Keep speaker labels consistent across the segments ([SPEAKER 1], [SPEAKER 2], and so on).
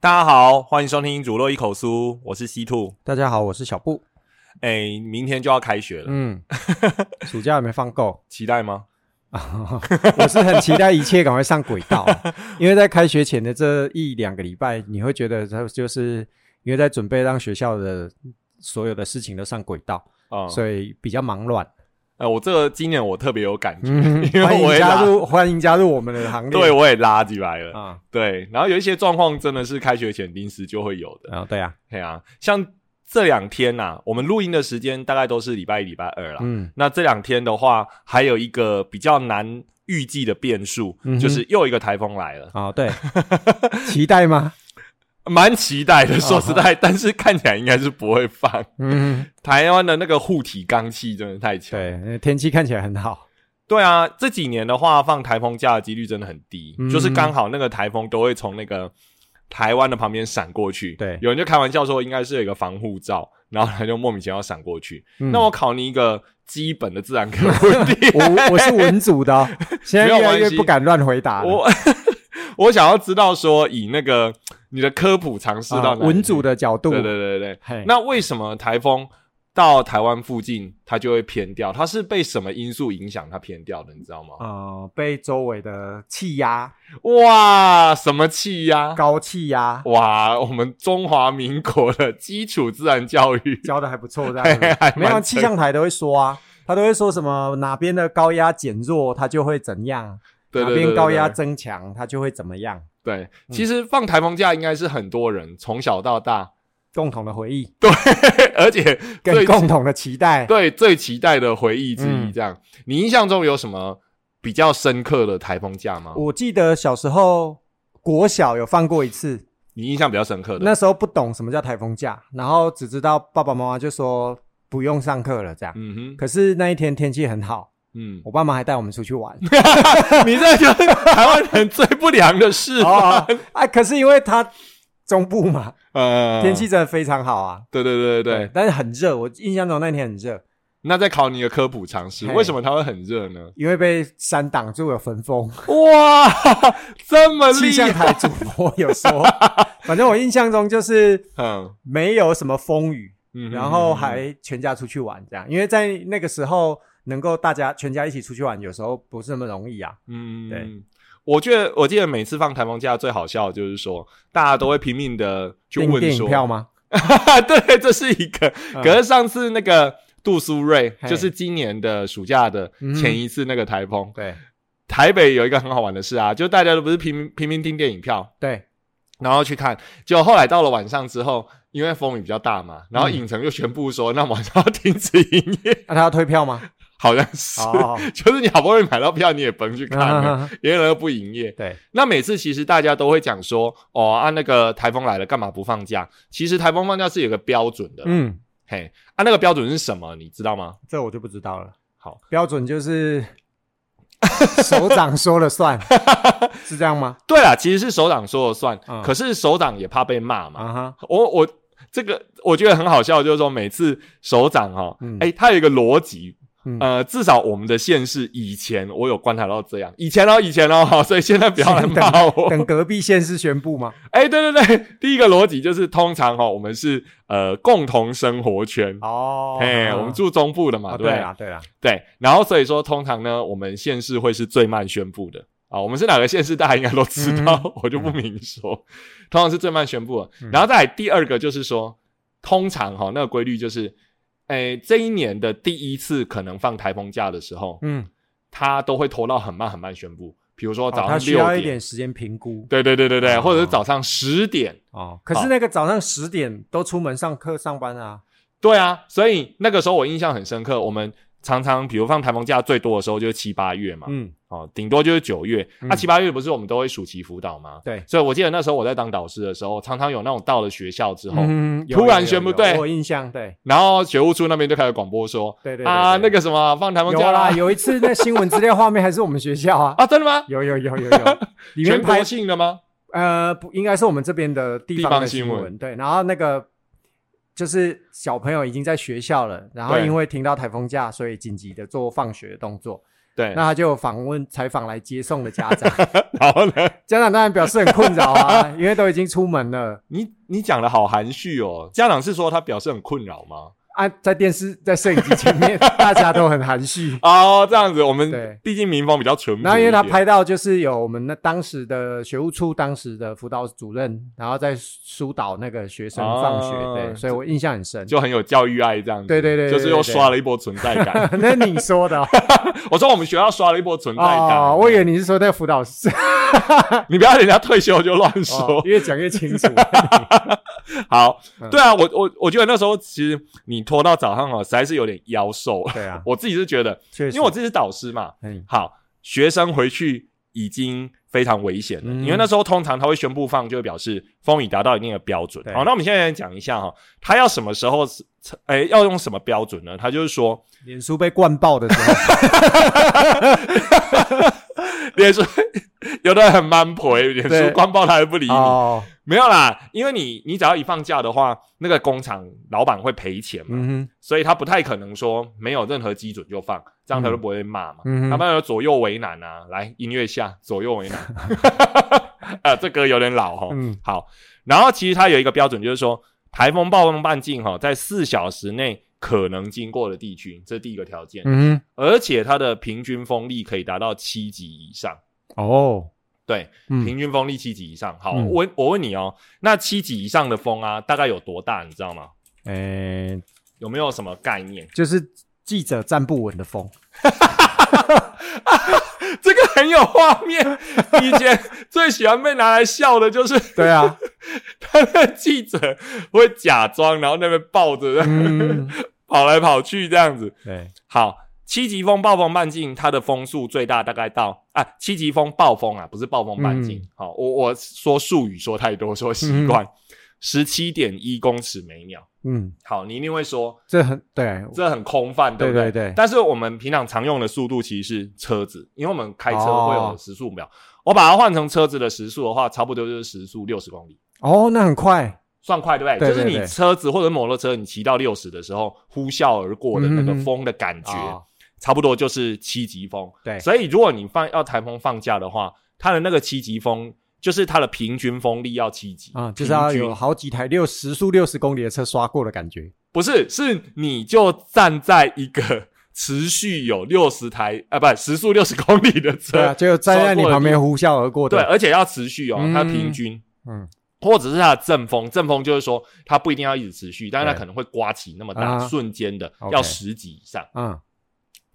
[SPEAKER 1] 大家好，欢迎收听《煮肉一口酥》，我是西兔。
[SPEAKER 2] 大家好，我是小布。
[SPEAKER 1] 哎、明天就要开学了，
[SPEAKER 2] 嗯， 暑假还没放够，
[SPEAKER 1] 期待吗？
[SPEAKER 2] 我是很期待一切赶快上轨 道，因为在开学前的这一两个礼拜，你会觉得它就是因为在准备让学校的所有的事情都上轨道，
[SPEAKER 1] 啊、嗯，
[SPEAKER 2] 所以比较忙乱。
[SPEAKER 1] 呃，我这个今年我特别有感觉，
[SPEAKER 2] 嗯，
[SPEAKER 1] 因为
[SPEAKER 2] 欢
[SPEAKER 1] 我也
[SPEAKER 2] 迎加
[SPEAKER 1] 懒
[SPEAKER 2] 入，欢迎加入我们的行列。
[SPEAKER 1] 对我也拉进来了。
[SPEAKER 2] 啊，
[SPEAKER 1] 对，然后有一些状况真的是开学前临时就会有的。
[SPEAKER 2] 然后对啊，
[SPEAKER 1] 对啊，像这两天呐、啊我们录音的时间大概都是礼拜一、礼拜二啦。
[SPEAKER 2] 嗯，
[SPEAKER 1] 那这两天的话，还有一个比较难预计的变数，
[SPEAKER 2] 嗯哼
[SPEAKER 1] 就是又一个台风来了，
[SPEAKER 2] 啊，对，期待吗？
[SPEAKER 1] 蛮期待的。说实
[SPEAKER 2] 啊
[SPEAKER 1] 在，但是看起来应该是不会放。
[SPEAKER 2] 嗯，
[SPEAKER 1] 台湾的那个护体罡气真的太强。
[SPEAKER 2] 对，那天气看起来很好。
[SPEAKER 1] 对啊，这几年的话，放台风假的几率真的很低，
[SPEAKER 2] 嗯
[SPEAKER 1] 就是刚好那个台风都会从那个台湾的旁边闪过去。
[SPEAKER 2] 对
[SPEAKER 1] 有人就开玩笑说，应该是有一个防护罩，然后他就莫名其妙闪过去。
[SPEAKER 2] 嗯，
[SPEAKER 1] 那我考你一个基本的自然科问题
[SPEAKER 2] 我我是文组 的哦，现在
[SPEAKER 1] 没有
[SPEAKER 2] 越来越
[SPEAKER 1] 关系
[SPEAKER 2] 不敢乱回答了。
[SPEAKER 1] 我 我想要知道说，以那个你的科普常识
[SPEAKER 2] 啊
[SPEAKER 1] 到哪里
[SPEAKER 2] 文组的角度，
[SPEAKER 1] 对对对对。
[SPEAKER 2] 嘿，
[SPEAKER 1] 那为什么台风到台湾附近它就会偏掉？它是被什么因素影响它偏掉的？你知道吗？
[SPEAKER 2] 呃，被周围的气压、
[SPEAKER 1] 哇，什么气压、
[SPEAKER 2] 高气压
[SPEAKER 1] 哇，我们中华民国的基础自然教 育，
[SPEAKER 2] 教的还不错，这
[SPEAKER 1] 嘿
[SPEAKER 2] 样
[SPEAKER 1] 嘿
[SPEAKER 2] 子
[SPEAKER 1] 还蛮
[SPEAKER 2] 没有气象台都会说啊，他都会说什么哪边的高压减弱，它就会怎样；
[SPEAKER 1] 对对
[SPEAKER 2] 哪
[SPEAKER 1] 对
[SPEAKER 2] 边
[SPEAKER 1] 对
[SPEAKER 2] 高压嗯
[SPEAKER 1] 对
[SPEAKER 2] 增强，它就会怎么样。
[SPEAKER 1] 对，其实放台风假应该是很多人从小到大，
[SPEAKER 2] 共同的回忆，
[SPEAKER 1] 而且
[SPEAKER 2] 跟
[SPEAKER 1] 最
[SPEAKER 2] 共同的期待，
[SPEAKER 1] 对最期待的回忆之一。
[SPEAKER 2] 嗯
[SPEAKER 1] 这样，你印象中有什么比较深刻的台风假吗？
[SPEAKER 2] 我记得小时候国小有放过一次，
[SPEAKER 1] 你印象比较深刻的？
[SPEAKER 2] 那时候不懂什么叫台风假，然后只知道爸爸妈妈就说不用上课了这样。
[SPEAKER 1] 嗯哼，
[SPEAKER 2] 可是那一天天气很好，
[SPEAKER 1] 嗯，
[SPEAKER 2] 我爸妈还带我们出去玩。
[SPEAKER 1] 你这就是台湾人最不良的事
[SPEAKER 2] 哦
[SPEAKER 1] 啊！
[SPEAKER 2] 哦啊，可是因为它中部嘛，
[SPEAKER 1] 呃，
[SPEAKER 2] 天气，真的非常好啊。
[SPEAKER 1] 对对对对对。
[SPEAKER 2] 但是很热，我印象中那天很热，
[SPEAKER 1] 那再考你的科普常识，
[SPEAKER 2] 嘿
[SPEAKER 1] 为什么它会很热呢？
[SPEAKER 2] 因为被山挡住有焚风。
[SPEAKER 1] 哇， 这么
[SPEAKER 2] 气
[SPEAKER 1] 厉
[SPEAKER 2] 象
[SPEAKER 1] 害！
[SPEAKER 2] 台主播有 说，反正我印象中就是
[SPEAKER 1] 嗯
[SPEAKER 2] 没有什么风雨，
[SPEAKER 1] 嗯哼
[SPEAKER 2] 然后还全家出去玩这样，因为在那个时候能够大家全家一起出去玩，有时候不是那么容易啊。
[SPEAKER 1] 嗯，
[SPEAKER 2] 对。
[SPEAKER 1] 我觉得，我记得每次放台风假最好笑的就是说，大家都会拼命的去
[SPEAKER 2] 订
[SPEAKER 1] 问
[SPEAKER 2] 电影
[SPEAKER 1] 说，
[SPEAKER 2] 票吗？
[SPEAKER 1] 对，这是一个。
[SPEAKER 2] 嗯
[SPEAKER 1] 可是上次那个杜苏芮，
[SPEAKER 2] 嘿
[SPEAKER 1] 就是今年的暑假的
[SPEAKER 2] 嗯
[SPEAKER 1] 前一次那个台风，
[SPEAKER 2] 对
[SPEAKER 1] 台北有一个很好玩的事啊，就大家都不是拼命拼命订电影票，
[SPEAKER 2] 对，
[SPEAKER 1] 然后去看，结果后来到了晚上之后，因为风雨比较大嘛，然后
[SPEAKER 2] 嗯
[SPEAKER 1] 影城就宣布说，那晚上要停止营业，
[SPEAKER 2] 那他要退票吗？
[SPEAKER 1] 好像是，
[SPEAKER 2] 哦，
[SPEAKER 1] 就是你好不容易买到票，你也甭去看了，
[SPEAKER 2] 啊
[SPEAKER 1] 因为人又不营业。
[SPEAKER 2] 对，
[SPEAKER 1] 那每次其实大家都会讲说，哦啊，那个台风来了，干嘛不放假？其实台风放假是有个标准的，
[SPEAKER 2] 嗯，
[SPEAKER 1] 嘿，啊，那个标准是什么？你知道吗？
[SPEAKER 2] 这我就不知道了。
[SPEAKER 1] 好，
[SPEAKER 2] 标准就是首长说了算， 是这样吗？
[SPEAKER 1] 对啦，其实是首长说了算，
[SPEAKER 2] 嗯
[SPEAKER 1] 可是首长也怕被骂嘛。
[SPEAKER 2] 啊哈，
[SPEAKER 1] 我我这个我觉得很好笑，就是说每次首长哈、哦，哎、
[SPEAKER 2] 嗯
[SPEAKER 1] 他有一个逻辑。
[SPEAKER 2] 嗯
[SPEAKER 1] 呃，至少我们的县市以前我有观察到这样，以前哦，以前哦，好所以现在不要来骂我。
[SPEAKER 2] 等隔壁县市宣布吗？
[SPEAKER 1] 哎、对对对， 第一个逻辑就是通常哈、哦，我们是呃共同生活圈，
[SPEAKER 2] 哦，
[SPEAKER 1] 哎、
[SPEAKER 2] 啊
[SPEAKER 1] 我们住中部的嘛，
[SPEAKER 2] 哦
[SPEAKER 1] 对不
[SPEAKER 2] 对
[SPEAKER 1] 对？
[SPEAKER 2] 啦对啦，
[SPEAKER 1] 对，然后所以说，通常呢，我们县市会是最慢宣布的啊。我们是哪个县市，大家应该都知道，
[SPEAKER 2] 嗯
[SPEAKER 1] 我就不明说。通常是最慢宣布的，然后再来第二个就是说，通常哈、那个规律就是，哎，这一年的第一次可能放台风假的时候，
[SPEAKER 2] 嗯，
[SPEAKER 1] 他都会拖到很慢很慢宣布，比如说
[SPEAKER 2] 哦
[SPEAKER 1] 早
[SPEAKER 2] 他
[SPEAKER 1] 上
[SPEAKER 2] 需
[SPEAKER 1] 六
[SPEAKER 2] 要一
[SPEAKER 1] 点，
[SPEAKER 2] 点时间评估
[SPEAKER 1] 对对对对对，
[SPEAKER 2] 哦
[SPEAKER 1] 或者是早上十点，
[SPEAKER 2] 哦。可是那个早上十点都出门上课上班啊，
[SPEAKER 1] 对啊，所以那个时候我印象很深刻，我们常常比如放台风假最多的时候就是七八月嘛，
[SPEAKER 2] 嗯，
[SPEAKER 1] 哦，顶多就是九月。那、
[SPEAKER 2] 嗯
[SPEAKER 1] 七八月不是我们都会暑期辅导吗？
[SPEAKER 2] 对。
[SPEAKER 1] 所以我记得那时候我在当导师的时候，常常有那种到了学校之后，
[SPEAKER 2] 嗯，有
[SPEAKER 1] 突然
[SPEAKER 2] 有有
[SPEAKER 1] 宣布
[SPEAKER 2] 有
[SPEAKER 1] 对
[SPEAKER 2] 我有印象对
[SPEAKER 1] 然后学务处那边就开始广播说
[SPEAKER 2] 对对
[SPEAKER 1] 啊，那
[SPEAKER 2] 个
[SPEAKER 1] 个什么放台风
[SPEAKER 2] 有
[SPEAKER 1] 假 啦
[SPEAKER 2] 啦，有一次那新闻资料画面还是我们学校啊，
[SPEAKER 1] 啊，真的吗？
[SPEAKER 2] 有有 有有有，里面
[SPEAKER 1] 全
[SPEAKER 2] 拍
[SPEAKER 1] 国性的吗？
[SPEAKER 2] 呃，不应该是我们这边的地
[SPEAKER 1] 地
[SPEAKER 2] 方
[SPEAKER 1] 方
[SPEAKER 2] 的
[SPEAKER 1] 新
[SPEAKER 2] 新
[SPEAKER 1] 闻
[SPEAKER 2] 闻，对。然后那个就是小朋友已经在学校了，然后
[SPEAKER 1] 对
[SPEAKER 2] 因为听到台风假，所以紧急的做放学的动作。
[SPEAKER 1] 对
[SPEAKER 2] 那，他就有访问采访来接送的家长，
[SPEAKER 1] 然后呢，
[SPEAKER 2] 家长当然表示很困扰啊，因为都已经出门了
[SPEAKER 1] 你你讲的好含蓄哦。家长是说他表示很困扰吗？
[SPEAKER 2] 啊，在电视在摄影机前面，大家都很含蓄。
[SPEAKER 1] 哦，这样子，我们
[SPEAKER 2] 对
[SPEAKER 1] 毕竟民风比较淳朴一点。
[SPEAKER 2] 然后因为他拍到就是有我们那当时的学务处当时的辅导主任，然后在疏导那个学生放学，
[SPEAKER 1] 哦
[SPEAKER 2] 对，所以我印象很深。
[SPEAKER 1] 就很有教育爱这样子，
[SPEAKER 2] 对对对
[SPEAKER 1] 就
[SPEAKER 2] 对
[SPEAKER 1] 是又刷了一波存在感。
[SPEAKER 2] 那是你说的哦
[SPEAKER 1] 我说我们学校刷了一波存在感，
[SPEAKER 2] 哦，我以为你是说那个辅导 室，
[SPEAKER 1] 你不要人家退休就乱
[SPEAKER 2] 哦
[SPEAKER 1] 说。
[SPEAKER 2] 越讲越清楚。
[SPEAKER 1] 好，
[SPEAKER 2] 嗯
[SPEAKER 1] 对啊，我我我觉得那时候其实你拖到早上哦，实在是有点腰瘦。
[SPEAKER 2] 对啊，
[SPEAKER 1] 我自己是觉得，
[SPEAKER 2] 确实，
[SPEAKER 1] 因为我自己是导师嘛，
[SPEAKER 2] 嗯
[SPEAKER 1] 好，学生回去已经非常危险了，
[SPEAKER 2] 嗯
[SPEAKER 1] 因为那时候通常他会宣布放，就会表示风已达到一定的标准。
[SPEAKER 2] 对
[SPEAKER 1] 好，那我们现在来讲一下哈、他要什么时候是，哎，要用什么标准呢？他就是说，
[SPEAKER 2] 脸书被灌爆的时候，
[SPEAKER 1] 脸书有的人很蛮婆，脸
[SPEAKER 2] 对
[SPEAKER 1] 书关爆他还不理你，
[SPEAKER 2] 哦，
[SPEAKER 1] 没有啦，因为你你只要一放假的话，那个工厂老板会赔钱嘛，
[SPEAKER 2] 嗯
[SPEAKER 1] 所以他不太可能说没有任何基准就放，这样他就不会骂嘛。
[SPEAKER 2] 嗯哼
[SPEAKER 1] 他们有左右为难啊，来音乐下左右 为难，啊，这歌有点老哈、
[SPEAKER 2] 哼，嗯，
[SPEAKER 1] 好，然后其实它有一个标准，就是说台风暴风半径哈、在四小时内可能经过的地区，这是第一个条件，
[SPEAKER 2] 嗯
[SPEAKER 1] 而且它的平均风力可以达到七级以上。
[SPEAKER 2] 哼，哦，
[SPEAKER 1] 对，
[SPEAKER 2] 嗯
[SPEAKER 1] 平均风力七级以上。好，
[SPEAKER 2] 嗯
[SPEAKER 1] 我我问你哦，那七级以上的风啊，大概有多大？你知道吗？
[SPEAKER 2] 诶，
[SPEAKER 1] 有没有什么概念？
[SPEAKER 2] 就是记者站不稳的风，
[SPEAKER 1] 这个很有画面。以前最喜欢被拿来笑的就是
[SPEAKER 2] 对啊，
[SPEAKER 1] 他的记者会假装，然后那边抱着、
[SPEAKER 2] 嗯，
[SPEAKER 1] 跑来跑去这样子。
[SPEAKER 2] 对，
[SPEAKER 1] 好，七级风暴风半径，它的风速最大大概到啊，七级风暴风啊，不是暴风半径。
[SPEAKER 2] 嗯
[SPEAKER 1] 好，我我说术语说太多，说习惯，十七点一公尺每秒。
[SPEAKER 2] 嗯，
[SPEAKER 1] 好，你一定会说
[SPEAKER 2] 这很对，
[SPEAKER 1] 这很空泛，对不
[SPEAKER 2] 对
[SPEAKER 1] 对？
[SPEAKER 2] 对对
[SPEAKER 1] 但是我们平常常用的速度其实是车子，因为我们开车
[SPEAKER 2] 哦
[SPEAKER 1] 会有时速表。我把它换成车子的时速的话，差不多就是时速六十公里，
[SPEAKER 2] 哦，那很快，
[SPEAKER 1] 算快，对不对？
[SPEAKER 2] 对对
[SPEAKER 1] 就是
[SPEAKER 2] 对
[SPEAKER 1] 你车子或者摩托车，你骑到六十的时候，呼啸而过的那个
[SPEAKER 2] 嗯嗯嗯
[SPEAKER 1] 风的感觉，
[SPEAKER 2] 哦
[SPEAKER 1] 差不多就是七级风。
[SPEAKER 2] 对
[SPEAKER 1] 所以如果你放要台风放假的话，它的那个七级风就是它的平均风力要七级
[SPEAKER 2] 啊，就是要
[SPEAKER 1] 平均
[SPEAKER 2] 有好几台六时速六十公里的车刷过的感觉，
[SPEAKER 1] 不是，是你就站在一个持续有六十台啊，不，时速六十公里的车，
[SPEAKER 2] 对啊，就站在你旁边
[SPEAKER 1] 刷
[SPEAKER 2] 呼啸而过
[SPEAKER 1] 过的地，对，
[SPEAKER 2] 的，
[SPEAKER 1] 而且要持续哦，
[SPEAKER 2] 嗯
[SPEAKER 1] 它平均。
[SPEAKER 2] 嗯，
[SPEAKER 1] 或者是它的阵风，阵风就是说它不一定要一直持续，但是它
[SPEAKER 2] 对
[SPEAKER 1] 可能会刮起那么
[SPEAKER 2] 啊
[SPEAKER 1] 大，
[SPEAKER 2] 哈
[SPEAKER 1] 瞬间的
[SPEAKER 2] OK
[SPEAKER 1] 要十级以上，
[SPEAKER 2] 嗯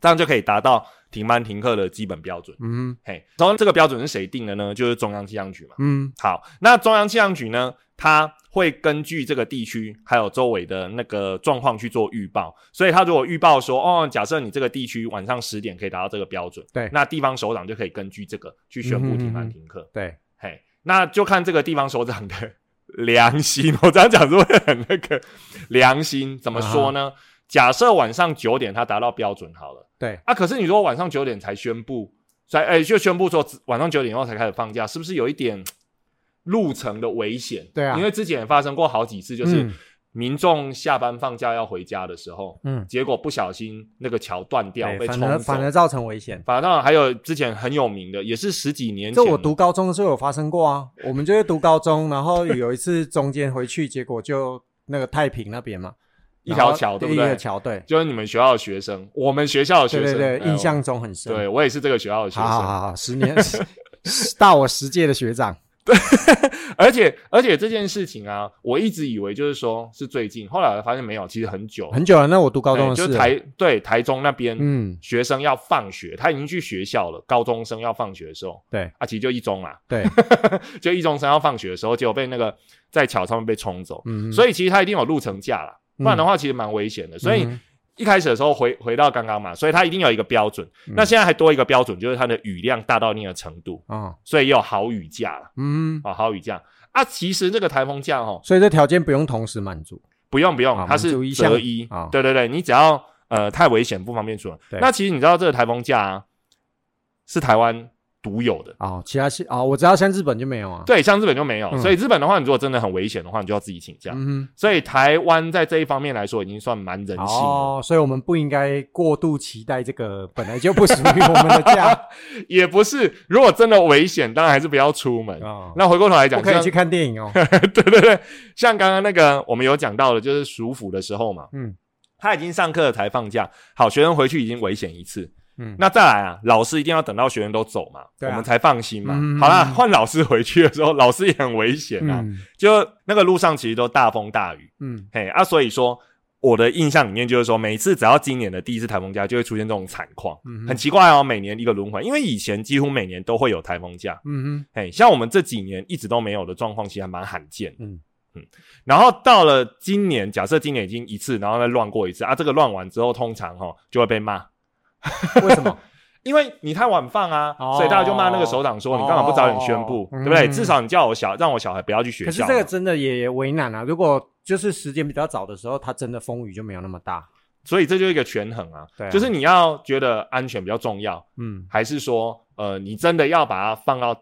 [SPEAKER 1] 这样就可以达到停班停课的基本标准。
[SPEAKER 2] 嗯
[SPEAKER 1] 嘿，然后这个标准是谁定的呢？就是中央气象局嘛。
[SPEAKER 2] 嗯，
[SPEAKER 1] 好，那中央气象局呢，它会根据这个地区还有周围的那个状况去做预报，所以它如果预报说，哦，假设你这个地区晚上十点可以达到这个标准，
[SPEAKER 2] 对
[SPEAKER 1] 那地方首长就可以根据这个去宣布停
[SPEAKER 2] 嗯哼嗯
[SPEAKER 1] 班
[SPEAKER 2] 哼
[SPEAKER 1] 停课，
[SPEAKER 2] 对，
[SPEAKER 1] 嘿，那就看这个地方首长的 良心，我这样讲是会很那个良心，怎么说
[SPEAKER 2] 啊
[SPEAKER 1] 呢？假设晚上九点他达到标准好了，
[SPEAKER 2] 对
[SPEAKER 1] 啊，可是你如果晚上九点才宣布，才哎、就宣布说只晚上九点以后才开始放假，是不是有一点路程的危险？
[SPEAKER 2] 对啊
[SPEAKER 1] 因为之前也发生过好几次，就是
[SPEAKER 2] 嗯
[SPEAKER 1] 民众下班放假要回家的时候，
[SPEAKER 2] 嗯，
[SPEAKER 1] 结果不小心那个桥断掉
[SPEAKER 2] 对
[SPEAKER 1] 被冲
[SPEAKER 2] 反
[SPEAKER 1] 走
[SPEAKER 2] 而。反而造成危险。
[SPEAKER 1] 反正还有之前很有名的，也是十几年
[SPEAKER 2] 这
[SPEAKER 1] 前，
[SPEAKER 2] 我读高中的时候有发生过啊，我们就是读高中，然后有一次中间回去，结果就那个太平那边嘛，
[SPEAKER 1] 一条
[SPEAKER 2] 然后
[SPEAKER 1] 桥对不对
[SPEAKER 2] 一个桥，对，
[SPEAKER 1] 就是你们学校的学生，我们学校的学
[SPEAKER 2] 对
[SPEAKER 1] 生，
[SPEAKER 2] 对对，
[SPEAKER 1] 哎
[SPEAKER 2] 印象中很深。
[SPEAKER 1] 对我也是这个学校的学
[SPEAKER 2] 好
[SPEAKER 1] 生，
[SPEAKER 2] 好好好，十年十大我十届的学长，
[SPEAKER 1] 而且而且这件事情啊，我一直以为就是说是最近，后来我发现没有，其实很久，
[SPEAKER 2] 很久了，那我读高中
[SPEAKER 1] 哎
[SPEAKER 2] 的
[SPEAKER 1] 就
[SPEAKER 2] 事
[SPEAKER 1] 是
[SPEAKER 2] 了，
[SPEAKER 1] 台对台中那边。
[SPEAKER 2] 嗯，
[SPEAKER 1] 学生要放学，他已经去学校了。高中生要放学的时候，
[SPEAKER 2] 对
[SPEAKER 1] 啊，其实就一中啦，
[SPEAKER 2] 对，
[SPEAKER 1] 就一中生要放学的时候，结果被那个在桥上面被冲走。
[SPEAKER 2] 嗯，以
[SPEAKER 1] 所以其实他一定有路程价啦，不然的话其实蛮危险的。所
[SPEAKER 2] 嗯
[SPEAKER 1] 以一开始的时候回回到刚刚嘛，所以它一定有一个标准。
[SPEAKER 2] 嗯
[SPEAKER 1] 那现在还多一个标准，就是它的雨量大到一定的程度，
[SPEAKER 2] 啊，
[SPEAKER 1] 所以也有好雨价了
[SPEAKER 2] 嗯，
[SPEAKER 1] 啊，好雨价啊。其实这个台风假哦，
[SPEAKER 2] 所以这条件不用同时满足，
[SPEAKER 1] 不用不用
[SPEAKER 2] 啊，
[SPEAKER 1] 它是
[SPEAKER 2] 满足一项
[SPEAKER 1] 择一
[SPEAKER 2] 啊。
[SPEAKER 1] 对对对，你只要呃太危险不方便出门
[SPEAKER 2] 对。
[SPEAKER 1] 那其实你知道这个台风假啊，是台湾独有的。
[SPEAKER 2] 哦，其他是哦，我知道像日本就没有啊。，
[SPEAKER 1] 对，像日本就没有，
[SPEAKER 2] 嗯
[SPEAKER 1] 所以日本的话，你如果真的很危险的话，你就要自己请假。
[SPEAKER 2] 嗯
[SPEAKER 1] 所以台湾在这一方面来说，已经算蛮人性
[SPEAKER 2] 哼，
[SPEAKER 1] 了，
[SPEAKER 2] 哦，所以我们不应该过度期待这个本来就不属于我们的 假。
[SPEAKER 1] 也不是。如果真的危险，当然还是不要出门。
[SPEAKER 2] 哦，
[SPEAKER 1] 那回过头来讲，
[SPEAKER 2] 我可以
[SPEAKER 1] 像
[SPEAKER 2] 去看电影哦。
[SPEAKER 1] 对对对，像刚刚那个我们有讲到的，就是暑伏的时候嘛，
[SPEAKER 2] 嗯
[SPEAKER 1] 他已经上课了才放假，好，学生回去已经危险一次。
[SPEAKER 2] 嗯，
[SPEAKER 1] 那再来啊，老师一定要等到学生都走嘛，
[SPEAKER 2] 对啊
[SPEAKER 1] 我们才放心嘛。
[SPEAKER 2] 嗯
[SPEAKER 1] 好啦，换老师回去的时候，老师也很危险啊，
[SPEAKER 2] 嗯
[SPEAKER 1] 就那个路上其实都大风大雨，
[SPEAKER 2] 嗯
[SPEAKER 1] 嘿啊，所以说我的印象里面就是说，每次只要今年的第一次台风假，就会出现这种惨况，
[SPEAKER 2] 嗯
[SPEAKER 1] 很奇怪哦，每年一个轮回，因为以前几乎每年都会有台风假，
[SPEAKER 2] 嗯
[SPEAKER 1] 嘿，像我们这几年一直都没有的状况，其实还蛮罕见的。
[SPEAKER 2] 嗯
[SPEAKER 1] 嗯，然后到了今年，假设今年已经一次，然后再乱过一次啊，这个乱完之后，通常哈就会被骂，
[SPEAKER 2] 哼，为什 么？
[SPEAKER 1] 因为你太晚放啊，
[SPEAKER 2] 哦
[SPEAKER 1] 所以大家就骂那个首长说、
[SPEAKER 2] 哦
[SPEAKER 1] 你干嘛不早点宣布，
[SPEAKER 2] 嗯
[SPEAKER 1] 对不对？至少你叫我小让我小孩不要去学
[SPEAKER 2] 可是
[SPEAKER 1] 校嘛。
[SPEAKER 2] 这个真的也为难啊！如果就是时间比较早的时候，它真的风雨就没有那么大。
[SPEAKER 1] 所以这就是一个权衡啊，
[SPEAKER 2] 对啊
[SPEAKER 1] 就是你要觉得安全比较重要，
[SPEAKER 2] 嗯，
[SPEAKER 1] 还是说呃你真的要把它放到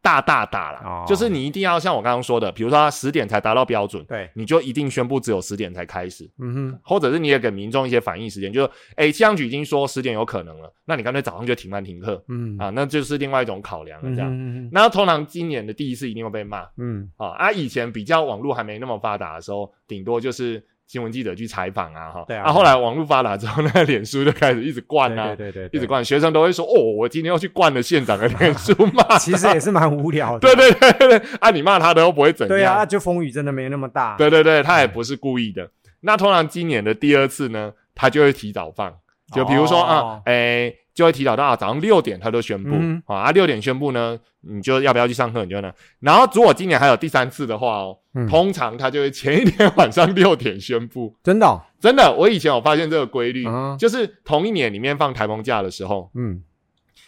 [SPEAKER 1] 大大大啦，
[SPEAKER 2] 哦
[SPEAKER 1] 就是你一定要像我刚刚说的，比如说他十点才达到标准，
[SPEAKER 2] 对，
[SPEAKER 1] 你就一定宣布只有十点才开始。
[SPEAKER 2] 嗯哼，
[SPEAKER 1] 或者是你也给民众一些反应时间，就是哎，气象局已经说十点有可能了，那你干脆早上就停班停课
[SPEAKER 2] 嗯
[SPEAKER 1] 啊，那就是另外一种考量了。这样，
[SPEAKER 2] 嗯哼
[SPEAKER 1] 那通常今年的第一次一定会被骂
[SPEAKER 2] 嗯
[SPEAKER 1] 啊啊，以前比较网络还没那么发达的时候，顶多就是新闻记者去采访啊哈，
[SPEAKER 2] 对啊
[SPEAKER 1] 啊，后来网络发达之后，那个脸书就开始一直灌
[SPEAKER 2] 嗯，
[SPEAKER 1] 啊，
[SPEAKER 2] 对对对
[SPEAKER 1] 一
[SPEAKER 2] 对
[SPEAKER 1] 直
[SPEAKER 2] 对，
[SPEAKER 1] 灌，学生都会说哦，我今天又去灌了县长的脸书骂他，
[SPEAKER 2] 其实也是蛮无聊的。
[SPEAKER 1] 对对对对对，啊，你骂他的又不会怎样，
[SPEAKER 2] 对啊，那就风雨真的没那么大。
[SPEAKER 1] 对对对，他
[SPEAKER 2] 嗯
[SPEAKER 1] 也不是故意的。那通常今年的第二次呢，他就会提早放，就比如说、
[SPEAKER 2] 哦
[SPEAKER 1] 啊，诶，就会提早到啊早上六点他都宣布、
[SPEAKER 2] 嗯
[SPEAKER 1] 啊，六点宣布呢，你就要不要去上课，你就呢。然后如果今年还有第三次的话哦，
[SPEAKER 2] 嗯
[SPEAKER 1] 通常他就会前一天晚上六点宣布。
[SPEAKER 2] 真的哦，
[SPEAKER 1] 真的，我以前有发现这个规律，
[SPEAKER 2] 啊
[SPEAKER 1] 就是同一年里面放台风假的时候，
[SPEAKER 2] 嗯，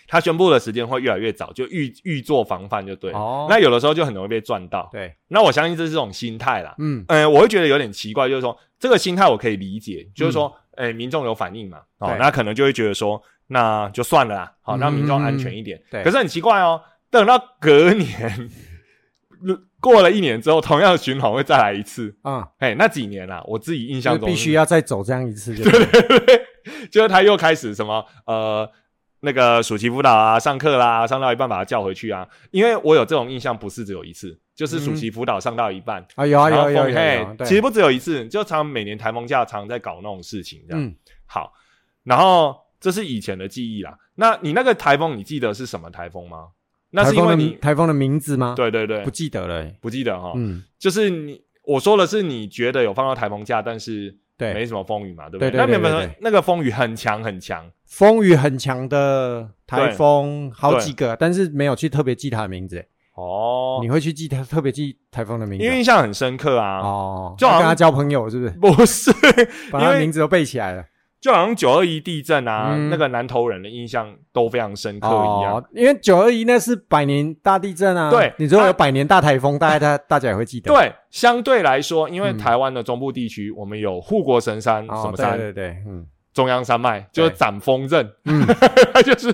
[SPEAKER 1] 他宣布的时间会越来越早，就预预做防范就对了。
[SPEAKER 2] 哦
[SPEAKER 1] 那有的时候就很容易被赚到。
[SPEAKER 2] 对，
[SPEAKER 1] 那我相信这是这种心态啦。
[SPEAKER 2] 嗯
[SPEAKER 1] 嗯，我会觉得有点奇怪，就是说这个心态我可以理解，就是说，诶、民众有反应嘛，哦
[SPEAKER 2] 嗯对，
[SPEAKER 1] 那可能就会觉得说，那就算了啦，好、
[SPEAKER 2] 嗯
[SPEAKER 1] 让民众安全一点。
[SPEAKER 2] 对
[SPEAKER 1] 可是很奇怪哦，等到隔年 过了一年之后，同样的循环会再来一次。
[SPEAKER 2] 啊，
[SPEAKER 1] 哎，那几年啦，我自己印
[SPEAKER 2] 就
[SPEAKER 1] 象
[SPEAKER 2] 是
[SPEAKER 1] 中
[SPEAKER 2] 必 须
[SPEAKER 1] 要，
[SPEAKER 2] 要再走这样一次，就对，
[SPEAKER 1] 就是他又开始什么呃。那个暑期辅导啊，上课啦，上到一半把他叫回去啊，因为我有这种印象，不是只有一次，就是
[SPEAKER 2] 嗯
[SPEAKER 1] 暑期辅导上到一半，
[SPEAKER 2] 啊有啊
[SPEAKER 1] 然
[SPEAKER 2] 有
[SPEAKER 1] 后
[SPEAKER 2] 啊有啊
[SPEAKER 1] 风
[SPEAKER 2] 有啊有啊，
[SPEAKER 1] 嘿，
[SPEAKER 2] 对
[SPEAKER 1] 其实不只有一次，就常每年台风假常在搞那种事情这样。
[SPEAKER 2] 嗯，
[SPEAKER 1] 好，然后这是以前的记忆啦。那你那个台风，你记得是什么台风吗？那
[SPEAKER 2] 台
[SPEAKER 1] 是因为
[SPEAKER 2] 风的
[SPEAKER 1] 你
[SPEAKER 2] 台风的名字吗？，
[SPEAKER 1] 对哦对对
[SPEAKER 2] 不，记得了欸，
[SPEAKER 1] 不记得哈，
[SPEAKER 2] 嗯，
[SPEAKER 1] 就是你我说的是你觉得有放到台风假，但是没
[SPEAKER 2] 对，
[SPEAKER 1] 什么风雨嘛，对不对？
[SPEAKER 2] 对对
[SPEAKER 1] 那你有
[SPEAKER 2] 对
[SPEAKER 1] 没有
[SPEAKER 2] 对
[SPEAKER 1] 说那个风雨很强很强？
[SPEAKER 2] 风雨很强的台风好
[SPEAKER 1] 对
[SPEAKER 2] 几个，但是没有去特别记它的名字欸，
[SPEAKER 1] 哦
[SPEAKER 2] 你，会去记它特别记台风的名字
[SPEAKER 1] 因为
[SPEAKER 2] 啊？
[SPEAKER 1] 印象很深刻啊。
[SPEAKER 2] 哦，
[SPEAKER 1] 就好
[SPEAKER 2] 要
[SPEAKER 1] 像
[SPEAKER 2] 跟他交朋友是不是？
[SPEAKER 1] 不是，
[SPEAKER 2] 把他
[SPEAKER 1] 因为
[SPEAKER 2] 名字都背起来了。
[SPEAKER 1] 就好像九二一地震啊，
[SPEAKER 2] 嗯
[SPEAKER 1] 那个南投人的印象都非常深刻一样。
[SPEAKER 2] 哦，因为九二一那是百年大地震啊，
[SPEAKER 1] 啊对
[SPEAKER 2] 你如果
[SPEAKER 1] 啊
[SPEAKER 2] 有百年大台风，大概他大家也会记得。
[SPEAKER 1] 对，相对来说，因为
[SPEAKER 2] 嗯
[SPEAKER 1] 台湾的中部地区，我们有护国神山、
[SPEAKER 2] 哦，
[SPEAKER 1] 什么
[SPEAKER 2] 对
[SPEAKER 1] 山、
[SPEAKER 2] 对对，嗯
[SPEAKER 1] 中央山脉，就是
[SPEAKER 2] 对
[SPEAKER 1] 斩风刃，
[SPEAKER 2] 嗯，
[SPEAKER 1] 它 就是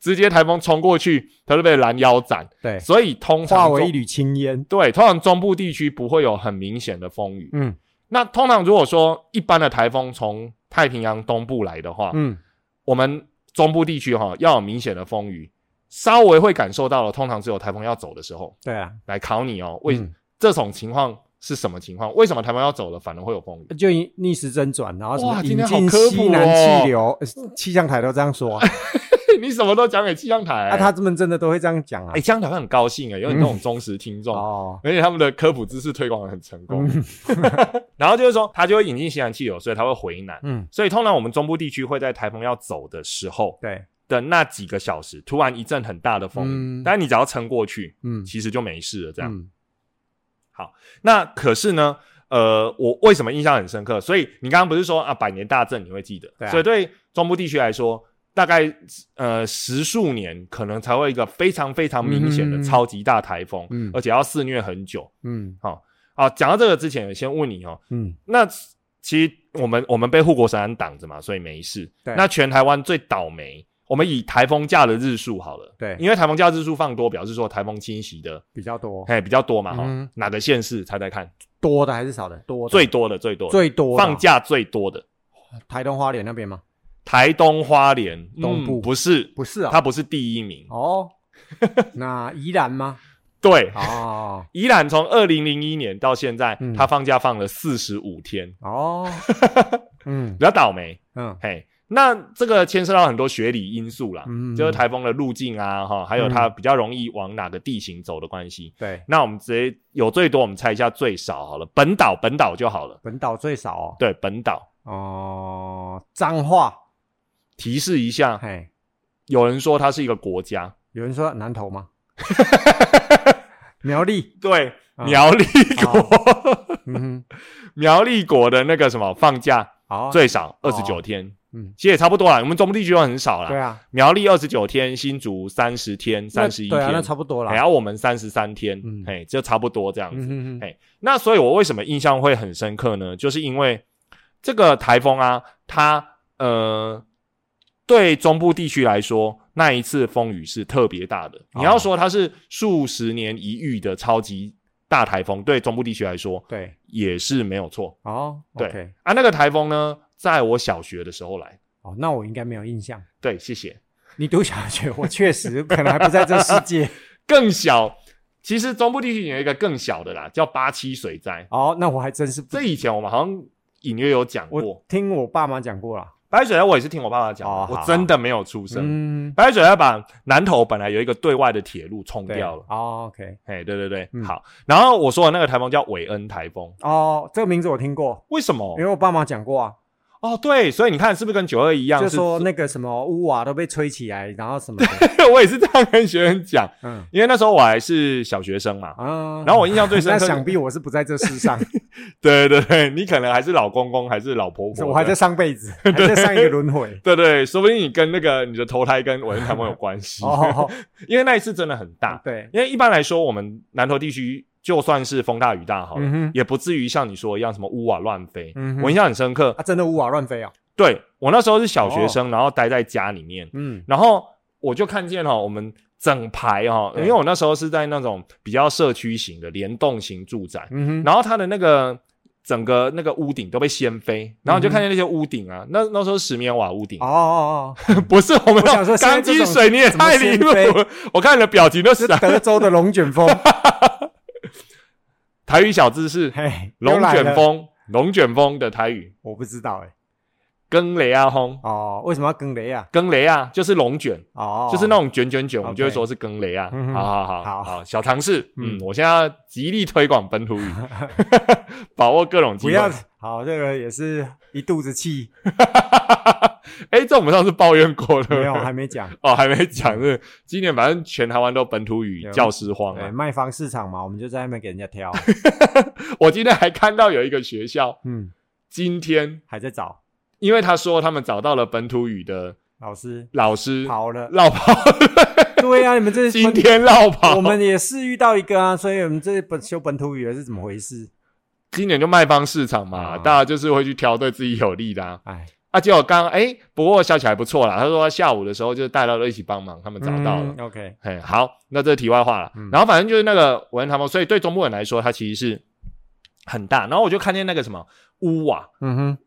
[SPEAKER 1] 直接台风冲过去，它就被拦腰斩。
[SPEAKER 2] 对，
[SPEAKER 1] 所以通常
[SPEAKER 2] 化
[SPEAKER 1] 中
[SPEAKER 2] 为一缕青烟。
[SPEAKER 1] 对，通常中部地区不会有很明显的风雨。
[SPEAKER 2] 嗯
[SPEAKER 1] 那通常如果说一般的台风从太平洋东部来的话，
[SPEAKER 2] 嗯，
[SPEAKER 1] 我们中部地区哈、要有明显的风雨，稍微会感受到的，通常只有台风要走的时候。
[SPEAKER 2] 对啊，
[SPEAKER 1] 来考你哦，为、
[SPEAKER 2] 嗯
[SPEAKER 1] 这种情况是什么情况？为什么台风要走了，反而会有风雨？
[SPEAKER 2] 就逆逆时针转，然后什
[SPEAKER 1] 哇
[SPEAKER 2] 么
[SPEAKER 1] 今
[SPEAKER 2] 引
[SPEAKER 1] 天好
[SPEAKER 2] 进
[SPEAKER 1] 科普哦哎
[SPEAKER 2] 西南气流，呃气象台都这样说啊，
[SPEAKER 1] 你什么都讲给气象台、
[SPEAKER 2] 啊他们真的都会这样讲啊
[SPEAKER 1] 哎、。气象台会很高兴哎、有你这种忠实听众，
[SPEAKER 2] 哦，嗯
[SPEAKER 1] 而且他们的科普知识推广的很成功。然后就是说，它就会引进西南气流，所以它会回南。
[SPEAKER 2] 嗯，
[SPEAKER 1] 所以通常我们中部地区会在台风要走的时候
[SPEAKER 2] 对，
[SPEAKER 1] 的那几个小时，突然一阵很大的风雨，
[SPEAKER 2] 嗯
[SPEAKER 1] 但你只要撑过去，
[SPEAKER 2] 嗯，
[SPEAKER 1] 其实就没事了。这样。
[SPEAKER 2] 嗯
[SPEAKER 1] 那可是呢，呃，我为什么印象很深刻？所以你刚刚不是说啊，百年大震你会记得，
[SPEAKER 2] 对啊
[SPEAKER 1] 所以对中部地区来说，大概呃十数年可能才会有一个非常非常明显的
[SPEAKER 2] 嗯
[SPEAKER 1] 超级大台风，
[SPEAKER 2] 嗯
[SPEAKER 1] 而且要肆虐很久。
[SPEAKER 2] 嗯
[SPEAKER 1] 啊，讲到这个之前，先问你哦，
[SPEAKER 2] 嗯，
[SPEAKER 1] 那其实我们我们被护国神山挡着嘛，所以没事。
[SPEAKER 2] 对
[SPEAKER 1] 那全台湾最倒霉我们以台风假的日数好了，
[SPEAKER 2] 对
[SPEAKER 1] 因为台风假日数放多，表示说台风侵袭的
[SPEAKER 2] 比较多，
[SPEAKER 1] 嘿比较多嘛哈、
[SPEAKER 2] 嗯
[SPEAKER 1] 哪个县市猜猜看？
[SPEAKER 2] 多的还是少的？多的
[SPEAKER 1] 最多的最多的
[SPEAKER 2] 最多的啊
[SPEAKER 1] 放假最多的
[SPEAKER 2] 台东花莲那边吗？
[SPEAKER 1] 台东花莲
[SPEAKER 2] 东部
[SPEAKER 1] 嗯、不是
[SPEAKER 2] 不是啊，
[SPEAKER 1] 它不是第一名，
[SPEAKER 2] 哦，那宜兰吗？
[SPEAKER 1] 对。
[SPEAKER 2] 哦
[SPEAKER 1] 宜兰从二零零一年到现在，
[SPEAKER 2] 嗯
[SPEAKER 1] 它放假放了四十五天，
[SPEAKER 2] 哦，嗯
[SPEAKER 1] 比较倒霉。
[SPEAKER 2] 嗯
[SPEAKER 1] 嘿，那这个牵涉到很多学理因素啦，
[SPEAKER 2] 嗯
[SPEAKER 1] 就是台风的路径啊，哈，还有它比较容易往哪个地形走的关系。
[SPEAKER 2] 对，
[SPEAKER 1] 那我们直接有最多，我们猜一下最少好了，本岛本岛就好了。
[SPEAKER 2] 本岛最少哦，
[SPEAKER 1] 对，本岛
[SPEAKER 2] 哦，彰化，
[SPEAKER 1] 提示一下，
[SPEAKER 2] 嘿，
[SPEAKER 1] 有人说它是一个国家，
[SPEAKER 2] 有人说南投吗？ 苗栗，
[SPEAKER 1] 对，
[SPEAKER 2] 啊
[SPEAKER 1] 苗栗国，
[SPEAKER 2] 嗯哼，
[SPEAKER 1] 苗栗国的那个什么放假
[SPEAKER 2] 好，
[SPEAKER 1] 最少
[SPEAKER 2] 哦
[SPEAKER 1] 二十九天，
[SPEAKER 2] 嗯
[SPEAKER 1] 其实也差不多啦，我们中部地区都很少
[SPEAKER 2] 对
[SPEAKER 1] 啦。
[SPEAKER 2] 啊，
[SPEAKER 1] 苗栗二十九天，新竹三十天、
[SPEAKER 2] 那
[SPEAKER 1] 三十一
[SPEAKER 2] 对啊，那
[SPEAKER 1] 天，
[SPEAKER 2] 差不多啦
[SPEAKER 1] 然。后我们三十三天
[SPEAKER 2] 嗯，
[SPEAKER 1] 嘿，就差不多这样子。
[SPEAKER 2] 嗯哼
[SPEAKER 1] 哎那所以，我为什么印象会很深刻呢？就是因为这个台风啊，它呃，对中部地区来说，那一次风雨是特别大的。
[SPEAKER 2] 哦
[SPEAKER 1] 你要说它是数十年一遇的超级大台风，对中部地区来说
[SPEAKER 2] 对，
[SPEAKER 1] 也是没有错。
[SPEAKER 2] 哦，
[SPEAKER 1] 对
[SPEAKER 2] OK
[SPEAKER 1] 啊，那个台风呢，在我小学的时候来。
[SPEAKER 2] 哦，那我应该没有印象。
[SPEAKER 1] 对，谢谢。
[SPEAKER 2] 你读小学，我确实可能还不在这世界。
[SPEAKER 1] 更小，其实中部地区有一个更小的啦，叫八七水灾。
[SPEAKER 2] 哦，那我还真是不，
[SPEAKER 1] 这以前我们好像隐约有讲过。
[SPEAKER 2] 我听我爸妈讲过啦。
[SPEAKER 1] 白水灾我也是听我爸爸讲的，
[SPEAKER 2] 哦好
[SPEAKER 1] 我真的没有出声。
[SPEAKER 2] 嗯，
[SPEAKER 1] 白水灾把南投本来有一个对外的铁路冲
[SPEAKER 2] 对
[SPEAKER 1] 掉了，
[SPEAKER 2] 哦，OK，
[SPEAKER 1] 哎，对对对，
[SPEAKER 2] 嗯
[SPEAKER 1] 好。然后我说的那个台风叫韦恩台风，
[SPEAKER 2] 哦，这个名字我听过，
[SPEAKER 1] 为什么
[SPEAKER 2] 因？为我爸妈讲过啊，
[SPEAKER 1] 哦，对，所以你看是不是跟九二一样？
[SPEAKER 2] 就是说那个什么屋瓦都被吹起来，然后什么的，
[SPEAKER 1] 我也是这样跟学生讲，
[SPEAKER 2] 嗯
[SPEAKER 1] 因为那时候我还是小学生嘛。
[SPEAKER 2] 啊，
[SPEAKER 1] 然后我印象最深
[SPEAKER 2] 那
[SPEAKER 1] 刻，
[SPEAKER 2] 想必我是不在这世 上，
[SPEAKER 1] 对对对，你可能还是老公公，还是老婆婆，
[SPEAKER 2] 我还在上 辈子，还在上一个轮回。
[SPEAKER 1] 对对，说不定你跟那个你的投胎跟韦恩台风有关系，
[SPEAKER 2] 哦，
[SPEAKER 1] 因为那一次真的很大，
[SPEAKER 2] 对，
[SPEAKER 1] 因为一般来说，我们南投地区就算是风大雨大好了，
[SPEAKER 2] 嗯哼
[SPEAKER 1] 也不至于像你说一样什么屋瓦乱飞。
[SPEAKER 2] 嗯哼
[SPEAKER 1] 我印象很深刻，
[SPEAKER 2] 啊，真的屋瓦乱飞啊，
[SPEAKER 1] 对我那时候是小学
[SPEAKER 2] 哦
[SPEAKER 1] 生，然后待在家里面，
[SPEAKER 2] 嗯，
[SPEAKER 1] 然后我就看见哈、哦，我们整排哈、哦，
[SPEAKER 2] 对
[SPEAKER 1] 因为我那时候是在那种比较社区型的联动型住宅，
[SPEAKER 2] 嗯哼，
[SPEAKER 1] 然后它的那个。整个那个屋顶都被掀飞，然后你就看见那些屋顶啊，那那时候是石棉瓦屋顶，
[SPEAKER 2] 嗯
[SPEAKER 1] 啊
[SPEAKER 2] 哦哦哦，
[SPEAKER 1] 不是我们
[SPEAKER 2] 我想说现在
[SPEAKER 1] 钢
[SPEAKER 2] 这
[SPEAKER 1] 筋
[SPEAKER 2] 种
[SPEAKER 1] 水泥也
[SPEAKER 2] 怎么
[SPEAKER 1] 太离
[SPEAKER 2] 掀
[SPEAKER 1] 谱
[SPEAKER 2] 飞
[SPEAKER 1] 了，我看你的表情都
[SPEAKER 2] 是
[SPEAKER 1] 傻。
[SPEAKER 2] 德州的龙 卷风，
[SPEAKER 1] 台语小知识，
[SPEAKER 2] 嘿，又
[SPEAKER 1] 龙
[SPEAKER 2] 来
[SPEAKER 1] 卷
[SPEAKER 2] 了，
[SPEAKER 1] 风，龙卷风的台语
[SPEAKER 2] 我不知道哎，
[SPEAKER 1] 更雷啊轰，
[SPEAKER 2] 哦，为什么要更雷啊？
[SPEAKER 1] 更雷啊就是龙卷，
[SPEAKER 2] 哦，
[SPEAKER 1] 就是那种卷卷卷，我们
[SPEAKER 2] OK
[SPEAKER 1] 就会说是更雷啊
[SPEAKER 2] 嗯。哼
[SPEAKER 1] 好好好
[SPEAKER 2] 好
[SPEAKER 1] 好，小尝试，
[SPEAKER 2] 嗯
[SPEAKER 1] 嗯，我现在要极力推广本土 语，把握各种机
[SPEAKER 2] 不
[SPEAKER 1] 会。
[SPEAKER 2] 要，好，这个也是一肚子气，
[SPEAKER 1] 哎，这我们上次抱怨过了，
[SPEAKER 2] 没有，啊还没 讲。
[SPEAKER 1] 哦，还没讲是今年反正全台湾都本土语
[SPEAKER 2] 对
[SPEAKER 1] 教师荒
[SPEAKER 2] 对，
[SPEAKER 1] 啊。
[SPEAKER 2] 哎卖方市场嘛，我们就在那边给人家 挑，哎
[SPEAKER 1] 我今天还看到有一个学校，
[SPEAKER 2] 嗯，
[SPEAKER 1] 今天
[SPEAKER 2] 还在找
[SPEAKER 1] 因为他说他们找到了本土语的
[SPEAKER 2] 老师
[SPEAKER 1] 老师，
[SPEAKER 2] 跑了。
[SPEAKER 1] 绕跑，
[SPEAKER 2] 对啊，你们这是
[SPEAKER 1] 今天绕跑，
[SPEAKER 2] 我们也是遇到一个啊，所以我们这本修本土语言是怎么回事？
[SPEAKER 1] 今年就卖方市场嘛，
[SPEAKER 2] 啊
[SPEAKER 1] 大家就是会去挑对自己有利的啊。
[SPEAKER 2] 哎，
[SPEAKER 1] 啊，结果刚刚哎，不过小起还不错啦。他说他下午的时候就是带到了一起帮忙，他们找到了。
[SPEAKER 2] 嗯 OK，
[SPEAKER 1] 嘿，好，那这是题外话了。
[SPEAKER 2] 嗯
[SPEAKER 1] 然后反正就是那个文他们，所以对中部人来说，它其实是很大。然后我就看见那个什么屋瓦。
[SPEAKER 2] 嗯哼，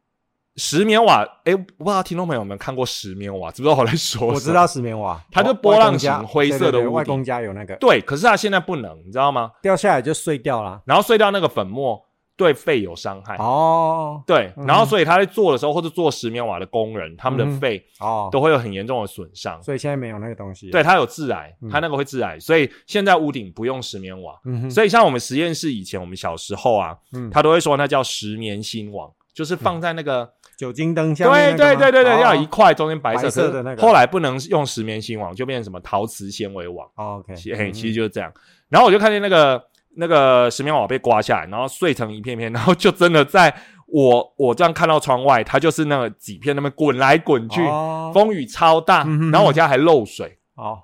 [SPEAKER 1] 石棉瓦，哎，不知道听众朋友们看过石棉瓦，知不知道我在说？
[SPEAKER 2] 我知道，石棉瓦，
[SPEAKER 1] 它就
[SPEAKER 2] 外
[SPEAKER 1] 波浪
[SPEAKER 2] 外公家
[SPEAKER 1] 形灰色的
[SPEAKER 2] 对对对
[SPEAKER 1] 屋顶
[SPEAKER 2] 外公家有那个
[SPEAKER 1] 对，可是它现在不能，你知道吗？
[SPEAKER 2] 掉下来就碎掉了。
[SPEAKER 1] 然后碎掉那个粉末，对肺有伤害。
[SPEAKER 2] 哦
[SPEAKER 1] 对，
[SPEAKER 2] 嗯
[SPEAKER 1] 然后所以他在做的时候，或者做石棉瓦的工人，他们
[SPEAKER 2] 嗯哼
[SPEAKER 1] 的肺
[SPEAKER 2] 哦，
[SPEAKER 1] 都会有很严重的损伤。
[SPEAKER 2] 所以现在没有那个东西。
[SPEAKER 1] 对，，它有致癌
[SPEAKER 2] 嗯，
[SPEAKER 1] 它那个会致癌，所以现在屋顶不用石棉瓦。
[SPEAKER 2] 嗯哼，
[SPEAKER 1] 所以像我们实验室以前，我们小时候啊，
[SPEAKER 2] 嗯
[SPEAKER 1] 他都会说那叫石棉新网，就是放在那个
[SPEAKER 2] 酒精灯下
[SPEAKER 1] 对
[SPEAKER 2] 面那
[SPEAKER 1] 对
[SPEAKER 2] 个吗
[SPEAKER 1] 对对对，
[SPEAKER 2] 哦
[SPEAKER 1] 要有一块中间白
[SPEAKER 2] 白
[SPEAKER 1] 色
[SPEAKER 2] 色
[SPEAKER 1] 可
[SPEAKER 2] 的
[SPEAKER 1] 是
[SPEAKER 2] 那个
[SPEAKER 1] 后来不能用石棉新网，就变成什么陶瓷纤维网，
[SPEAKER 2] 哦 OK，
[SPEAKER 1] 其嘿，
[SPEAKER 2] 嗯
[SPEAKER 1] 其实就是这样。然后我就看见那个那个石棉瓦被刮下来，然后碎成一片片，然后就真的在我我这样看到窗外，它就是那个几片那么滚来滚去，
[SPEAKER 2] 哦
[SPEAKER 1] 风雨超大
[SPEAKER 2] 嗯哼，
[SPEAKER 1] 然后我家还漏水，
[SPEAKER 2] 哦，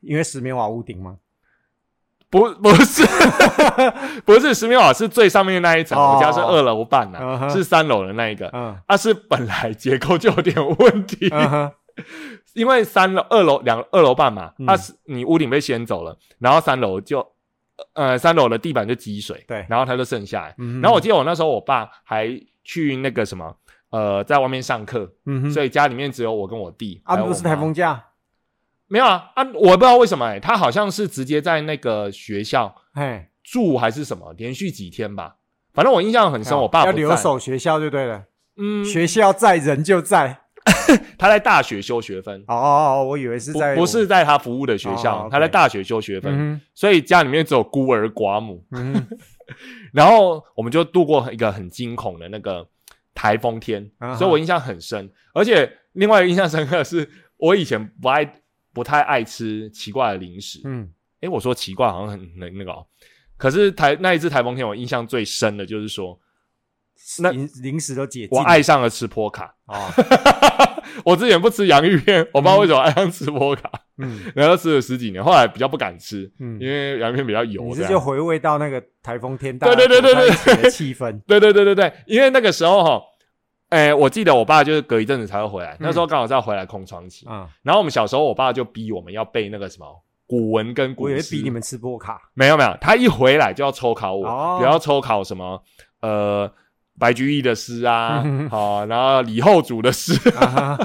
[SPEAKER 2] 因为石棉瓦屋顶嘛。
[SPEAKER 1] 不不 是不是石棉瓦是最上面的那一层，
[SPEAKER 2] 哦
[SPEAKER 1] 我家是二楼半呐、
[SPEAKER 2] 嗯
[SPEAKER 1] 啊
[SPEAKER 2] 哼
[SPEAKER 1] 是三楼的那一个，
[SPEAKER 2] 嗯
[SPEAKER 1] 它、是本来结构就有点问题，
[SPEAKER 2] 嗯哼，
[SPEAKER 1] 因为三楼、二楼、两二楼半嘛，啊
[SPEAKER 2] 嗯
[SPEAKER 1] 它是、你屋顶被掀走了，然后三楼就呃三楼的地板就积水，
[SPEAKER 2] 对
[SPEAKER 1] 然后它就渗下来。
[SPEAKER 2] 嗯哼
[SPEAKER 1] 然后我记得我那时候我爸还去那个什么呃在外面上课，
[SPEAKER 2] 嗯哼，
[SPEAKER 1] 所
[SPEAKER 2] 以
[SPEAKER 1] 以家里面只有我跟我弟。
[SPEAKER 2] 啊，
[SPEAKER 1] 还有
[SPEAKER 2] 不
[SPEAKER 1] 我
[SPEAKER 2] 是台
[SPEAKER 1] 妈
[SPEAKER 2] 风假，
[SPEAKER 1] 没有啊啊！我不知道为什么、欸，他好像是直接在那个学校
[SPEAKER 2] 嘿，
[SPEAKER 1] 住还是什么，连续几天吧。反正我印象很深，我爸
[SPEAKER 2] 哦要
[SPEAKER 1] 不在
[SPEAKER 2] 留，守学校就对了，
[SPEAKER 1] 嗯，
[SPEAKER 2] 学校在人就在。
[SPEAKER 1] 他在大学修学分，
[SPEAKER 2] 哦哦，哦我以为是
[SPEAKER 1] 不
[SPEAKER 2] 在
[SPEAKER 1] 不是，在他服务的学
[SPEAKER 2] 哦
[SPEAKER 1] 校，
[SPEAKER 2] ，OK
[SPEAKER 1] 他在大学修学分，
[SPEAKER 2] 嗯
[SPEAKER 1] 所以家里面只有孤儿寡母。
[SPEAKER 2] 哼嗯哼
[SPEAKER 1] 然后我们就度过一个很惊恐的那个台风天
[SPEAKER 2] 啊，哈
[SPEAKER 1] 所以我印象很深。而且另外一个印象深刻的是，我以前不爱不太爱吃奇怪的零食，
[SPEAKER 2] 嗯，
[SPEAKER 1] 诶，我说奇怪，好像很很那个哦。可是台那一次台风天，我印象最深的就是说， 那
[SPEAKER 2] 零零食都解禁
[SPEAKER 1] 我爱上了吃波卡。
[SPEAKER 2] 哦，
[SPEAKER 1] 我之前不吃洋芋片，我不知道为什么爱上吃波卡，
[SPEAKER 2] 嗯
[SPEAKER 1] 然后吃了十几年，后来比较不敢吃，
[SPEAKER 2] 嗯，
[SPEAKER 1] 因为洋芋片比较油。
[SPEAKER 2] 你
[SPEAKER 1] 这
[SPEAKER 2] 是
[SPEAKER 1] 样
[SPEAKER 2] 就回味到那个台风天大
[SPEAKER 1] 对对对对对
[SPEAKER 2] 家躲在一起的 气氛，
[SPEAKER 1] 对对对对对，因为那个时候哈，诶，我记得我爸就是隔一阵子才会回
[SPEAKER 2] 嗯
[SPEAKER 1] 来，那时候刚好是要回来空窗期。
[SPEAKER 2] 啊，
[SPEAKER 1] 然后我们小时候，我爸就逼我们要背那个什么古文跟古
[SPEAKER 2] 我以为
[SPEAKER 1] 诗
[SPEAKER 2] 比你们吃波卡，
[SPEAKER 1] 没有没有，他一回来就要抽考我，
[SPEAKER 2] 哦
[SPEAKER 1] 比如要抽考什么呃白居易的诗啊
[SPEAKER 2] 嗯，
[SPEAKER 1] 好、然后李后主的诗，
[SPEAKER 2] 啊哈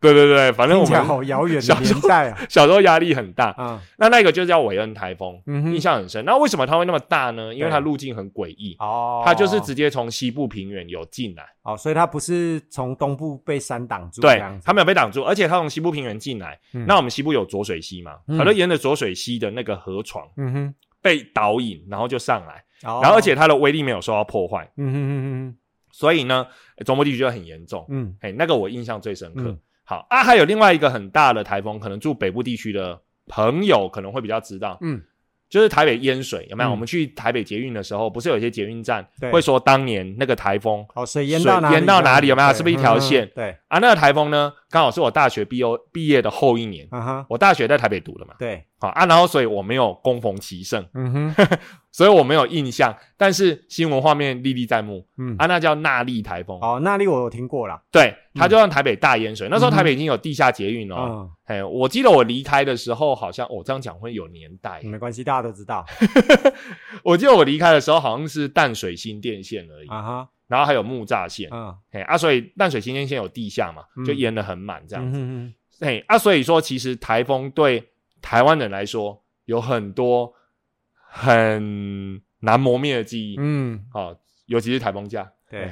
[SPEAKER 1] 对对对，反正
[SPEAKER 2] 听
[SPEAKER 1] 我
[SPEAKER 2] 起来
[SPEAKER 1] 们
[SPEAKER 2] 好遥远的
[SPEAKER 1] 小时
[SPEAKER 2] 年
[SPEAKER 1] 候
[SPEAKER 2] 代啊，
[SPEAKER 1] 小时候压力很大。
[SPEAKER 2] 啊，
[SPEAKER 1] 那那个就叫韦恩台风，
[SPEAKER 2] 嗯
[SPEAKER 1] 印
[SPEAKER 2] 哼，
[SPEAKER 1] 象很深。那为什么它会那么大呢？因为
[SPEAKER 2] 对
[SPEAKER 1] 它路径很诡异，
[SPEAKER 2] 哦，
[SPEAKER 1] 它就是直接从西部平原有进来，
[SPEAKER 2] 哦，所以它不是从东部被山挡住这
[SPEAKER 1] 对
[SPEAKER 2] 样，子，
[SPEAKER 1] 它没有被挡住，而且它从西部平原进来。
[SPEAKER 2] 嗯
[SPEAKER 1] 那我们西部有浊水溪嘛，
[SPEAKER 2] 嗯
[SPEAKER 1] 它就沿着浊水溪的那个河床
[SPEAKER 2] 嗯哼，
[SPEAKER 1] 被导引，然后就上来，
[SPEAKER 2] 哦
[SPEAKER 1] 然后而且它的威力没有受到破坏。
[SPEAKER 2] 嗯哼嗯
[SPEAKER 1] 所以呢，中部地区就很严重
[SPEAKER 2] 哼。嗯
[SPEAKER 1] 哎、那个我印象最深刻。
[SPEAKER 2] 嗯
[SPEAKER 1] 好啊，还有另外一个很大的台风，可能住北部地区的朋友可能会比较知道，
[SPEAKER 2] 嗯
[SPEAKER 1] 就是台北淹水有没有？
[SPEAKER 2] 嗯
[SPEAKER 1] 我们去台北捷运的时候，不是有一些捷运站
[SPEAKER 2] 对
[SPEAKER 1] 会说当年那个台风
[SPEAKER 2] 哦，水淹到哪里？
[SPEAKER 1] 水淹到哪里有没有
[SPEAKER 2] 对
[SPEAKER 1] 是不是一条线
[SPEAKER 2] 嗯对，
[SPEAKER 1] 啊？那个台风呢，刚好是我大学毕业毕业的后一年，
[SPEAKER 2] 啊哈，
[SPEAKER 1] 我大学在台北读的嘛，
[SPEAKER 2] 对，
[SPEAKER 1] 好啊，然后所以我没有攻逢其盛，
[SPEAKER 2] 嗯哼，
[SPEAKER 1] 所以我没有印象，但是新闻画面历历在目
[SPEAKER 2] 嗯，
[SPEAKER 1] 啊，那叫纳莉台风。
[SPEAKER 2] 哦，那里我有听过啦，
[SPEAKER 1] 对，它就让台北大淹水。那时候
[SPEAKER 2] 嗯嗯哼
[SPEAKER 1] 台北已经有地下捷运了、哦。
[SPEAKER 2] 嗯，
[SPEAKER 1] 哎、我记得我离开的时候，好像哦我、这样讲会有年代。
[SPEAKER 2] 嗯没关系，大家都知道
[SPEAKER 1] 我记得我离开的时候，好像是淡水新电线而已，
[SPEAKER 2] 啊哈，
[SPEAKER 1] 然后还有木栅线。
[SPEAKER 2] 嗯，
[SPEAKER 1] 哎、啊，所以淡水新电线有地下嘛，
[SPEAKER 2] 嗯
[SPEAKER 1] 就淹得很满这
[SPEAKER 2] 这
[SPEAKER 1] 样子。
[SPEAKER 2] 嗯
[SPEAKER 1] 哎、啊，所以说其实台风对台湾人来说有很多很难磨灭的记忆。
[SPEAKER 2] 嗯，
[SPEAKER 1] 好、尤其是台风假。
[SPEAKER 2] 对，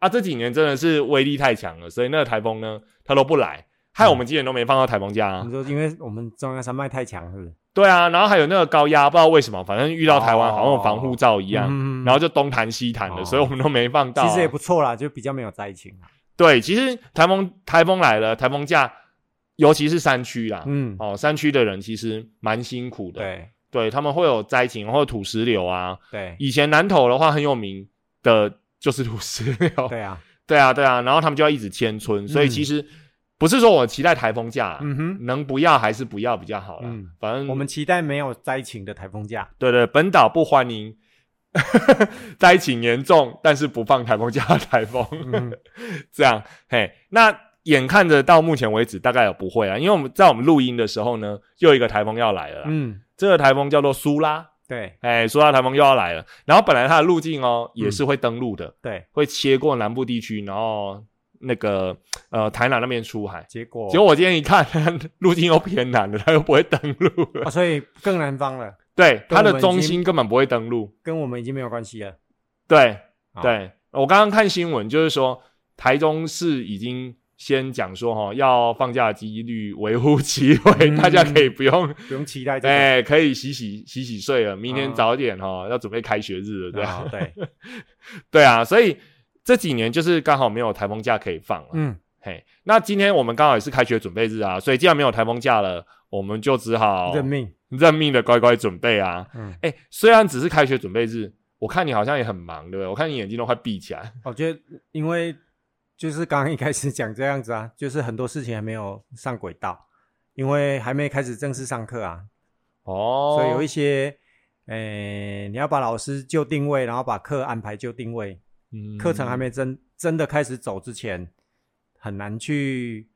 [SPEAKER 1] 啊，这几年真的是威力太强了，所以那个台风呢，它都不来，害
[SPEAKER 2] 嗯
[SPEAKER 1] 我们今年都没放到台风假啊。
[SPEAKER 2] 你说因为我们中央山脉太强，是不是？
[SPEAKER 1] 对啊，然后还有那个高压，不知道为什么，反正遇到台湾
[SPEAKER 2] 哦
[SPEAKER 1] 好像有防护罩一样，
[SPEAKER 2] 嗯
[SPEAKER 1] 然后就东弹西弹的，
[SPEAKER 2] 哦
[SPEAKER 1] 所以我们都没放到啊、
[SPEAKER 2] 其实也不错啦，就比较没有灾情啊啦。
[SPEAKER 1] 对，其实台风台风来了，台风假，尤其是山区啦。
[SPEAKER 2] 嗯，
[SPEAKER 1] 哦，山区的人其实蛮辛苦的，
[SPEAKER 2] 对
[SPEAKER 1] 对他们会有灾情，或者土石流啊。
[SPEAKER 2] 对
[SPEAKER 1] 以前南投的话很有名的就是土石流，
[SPEAKER 2] 对啊，
[SPEAKER 1] 对啊，对啊，然后他们就要一直迁村，所以
[SPEAKER 2] 嗯
[SPEAKER 1] 其实不是说我期待台风假啊、
[SPEAKER 2] 嗯哼，
[SPEAKER 1] 能不要还是不要比较好啦。
[SPEAKER 2] 嗯
[SPEAKER 1] 反正
[SPEAKER 2] 我们期待没有灾情的台风假。
[SPEAKER 1] 对对，本岛不欢迎 灾情严重，但是不放台风假的台风，
[SPEAKER 2] 嗯
[SPEAKER 1] 这样嘿。那眼看着到目前为止，大概也不会啊，因为我们在我们录音的时候呢，又有一个台风要来了啦
[SPEAKER 2] 嗯，
[SPEAKER 1] 这个台风叫做苏拉，
[SPEAKER 2] 对
[SPEAKER 1] 哎，苏拉台风又要来了。然后本来它的路径哦也
[SPEAKER 2] 嗯
[SPEAKER 1] 是会登陆的，
[SPEAKER 2] 对，
[SPEAKER 1] 会切过南部地区，然后那个呃台南那边出海。
[SPEAKER 2] 结果
[SPEAKER 1] 结果我今天一看，路径又偏南了，它又不会登陆了
[SPEAKER 2] 啊，。所以更南方了，
[SPEAKER 1] 对，
[SPEAKER 2] 跟
[SPEAKER 1] 它
[SPEAKER 2] 我们
[SPEAKER 1] 的中
[SPEAKER 2] 已经
[SPEAKER 1] 心根本不会登陆。
[SPEAKER 2] 跟我们已经没有关系了。
[SPEAKER 1] 对
[SPEAKER 2] 好
[SPEAKER 1] 对，我刚刚看新闻，就是说台中市已经先讲说哈、要放假的几率微乎其微，
[SPEAKER 2] 嗯
[SPEAKER 1] 大家可以不 用
[SPEAKER 2] 不用期待这个。
[SPEAKER 1] 哎、可以洗洗洗洗睡了，明天
[SPEAKER 2] 啊
[SPEAKER 1] 早点哈、要准备开学日了，对、
[SPEAKER 2] 啊 对，
[SPEAKER 1] 对啊，所以这几年就是刚好没有台风假可以放了。
[SPEAKER 2] 嗯，
[SPEAKER 1] 嘿，那今天我们刚好也是开学准备日啊，所以既然没有台风假了，我们就只好
[SPEAKER 2] 认命。
[SPEAKER 1] 认命的乖乖准备啊。
[SPEAKER 2] 嗯，
[SPEAKER 1] 哎、虽然只是开学准备日，我看你好像也很忙，对不对？我看你眼睛都快闭起来。
[SPEAKER 2] 我觉得因为就是刚刚一开始讲这样子啊，就是很多事情还没有上轨道，因为还没开始正式上课啊，
[SPEAKER 1] 哦，
[SPEAKER 2] 所以有一些，诶、你要把老师就定位，然后把课安排就定位，
[SPEAKER 1] 一
[SPEAKER 2] 课程还没真真的开始走之前，很难去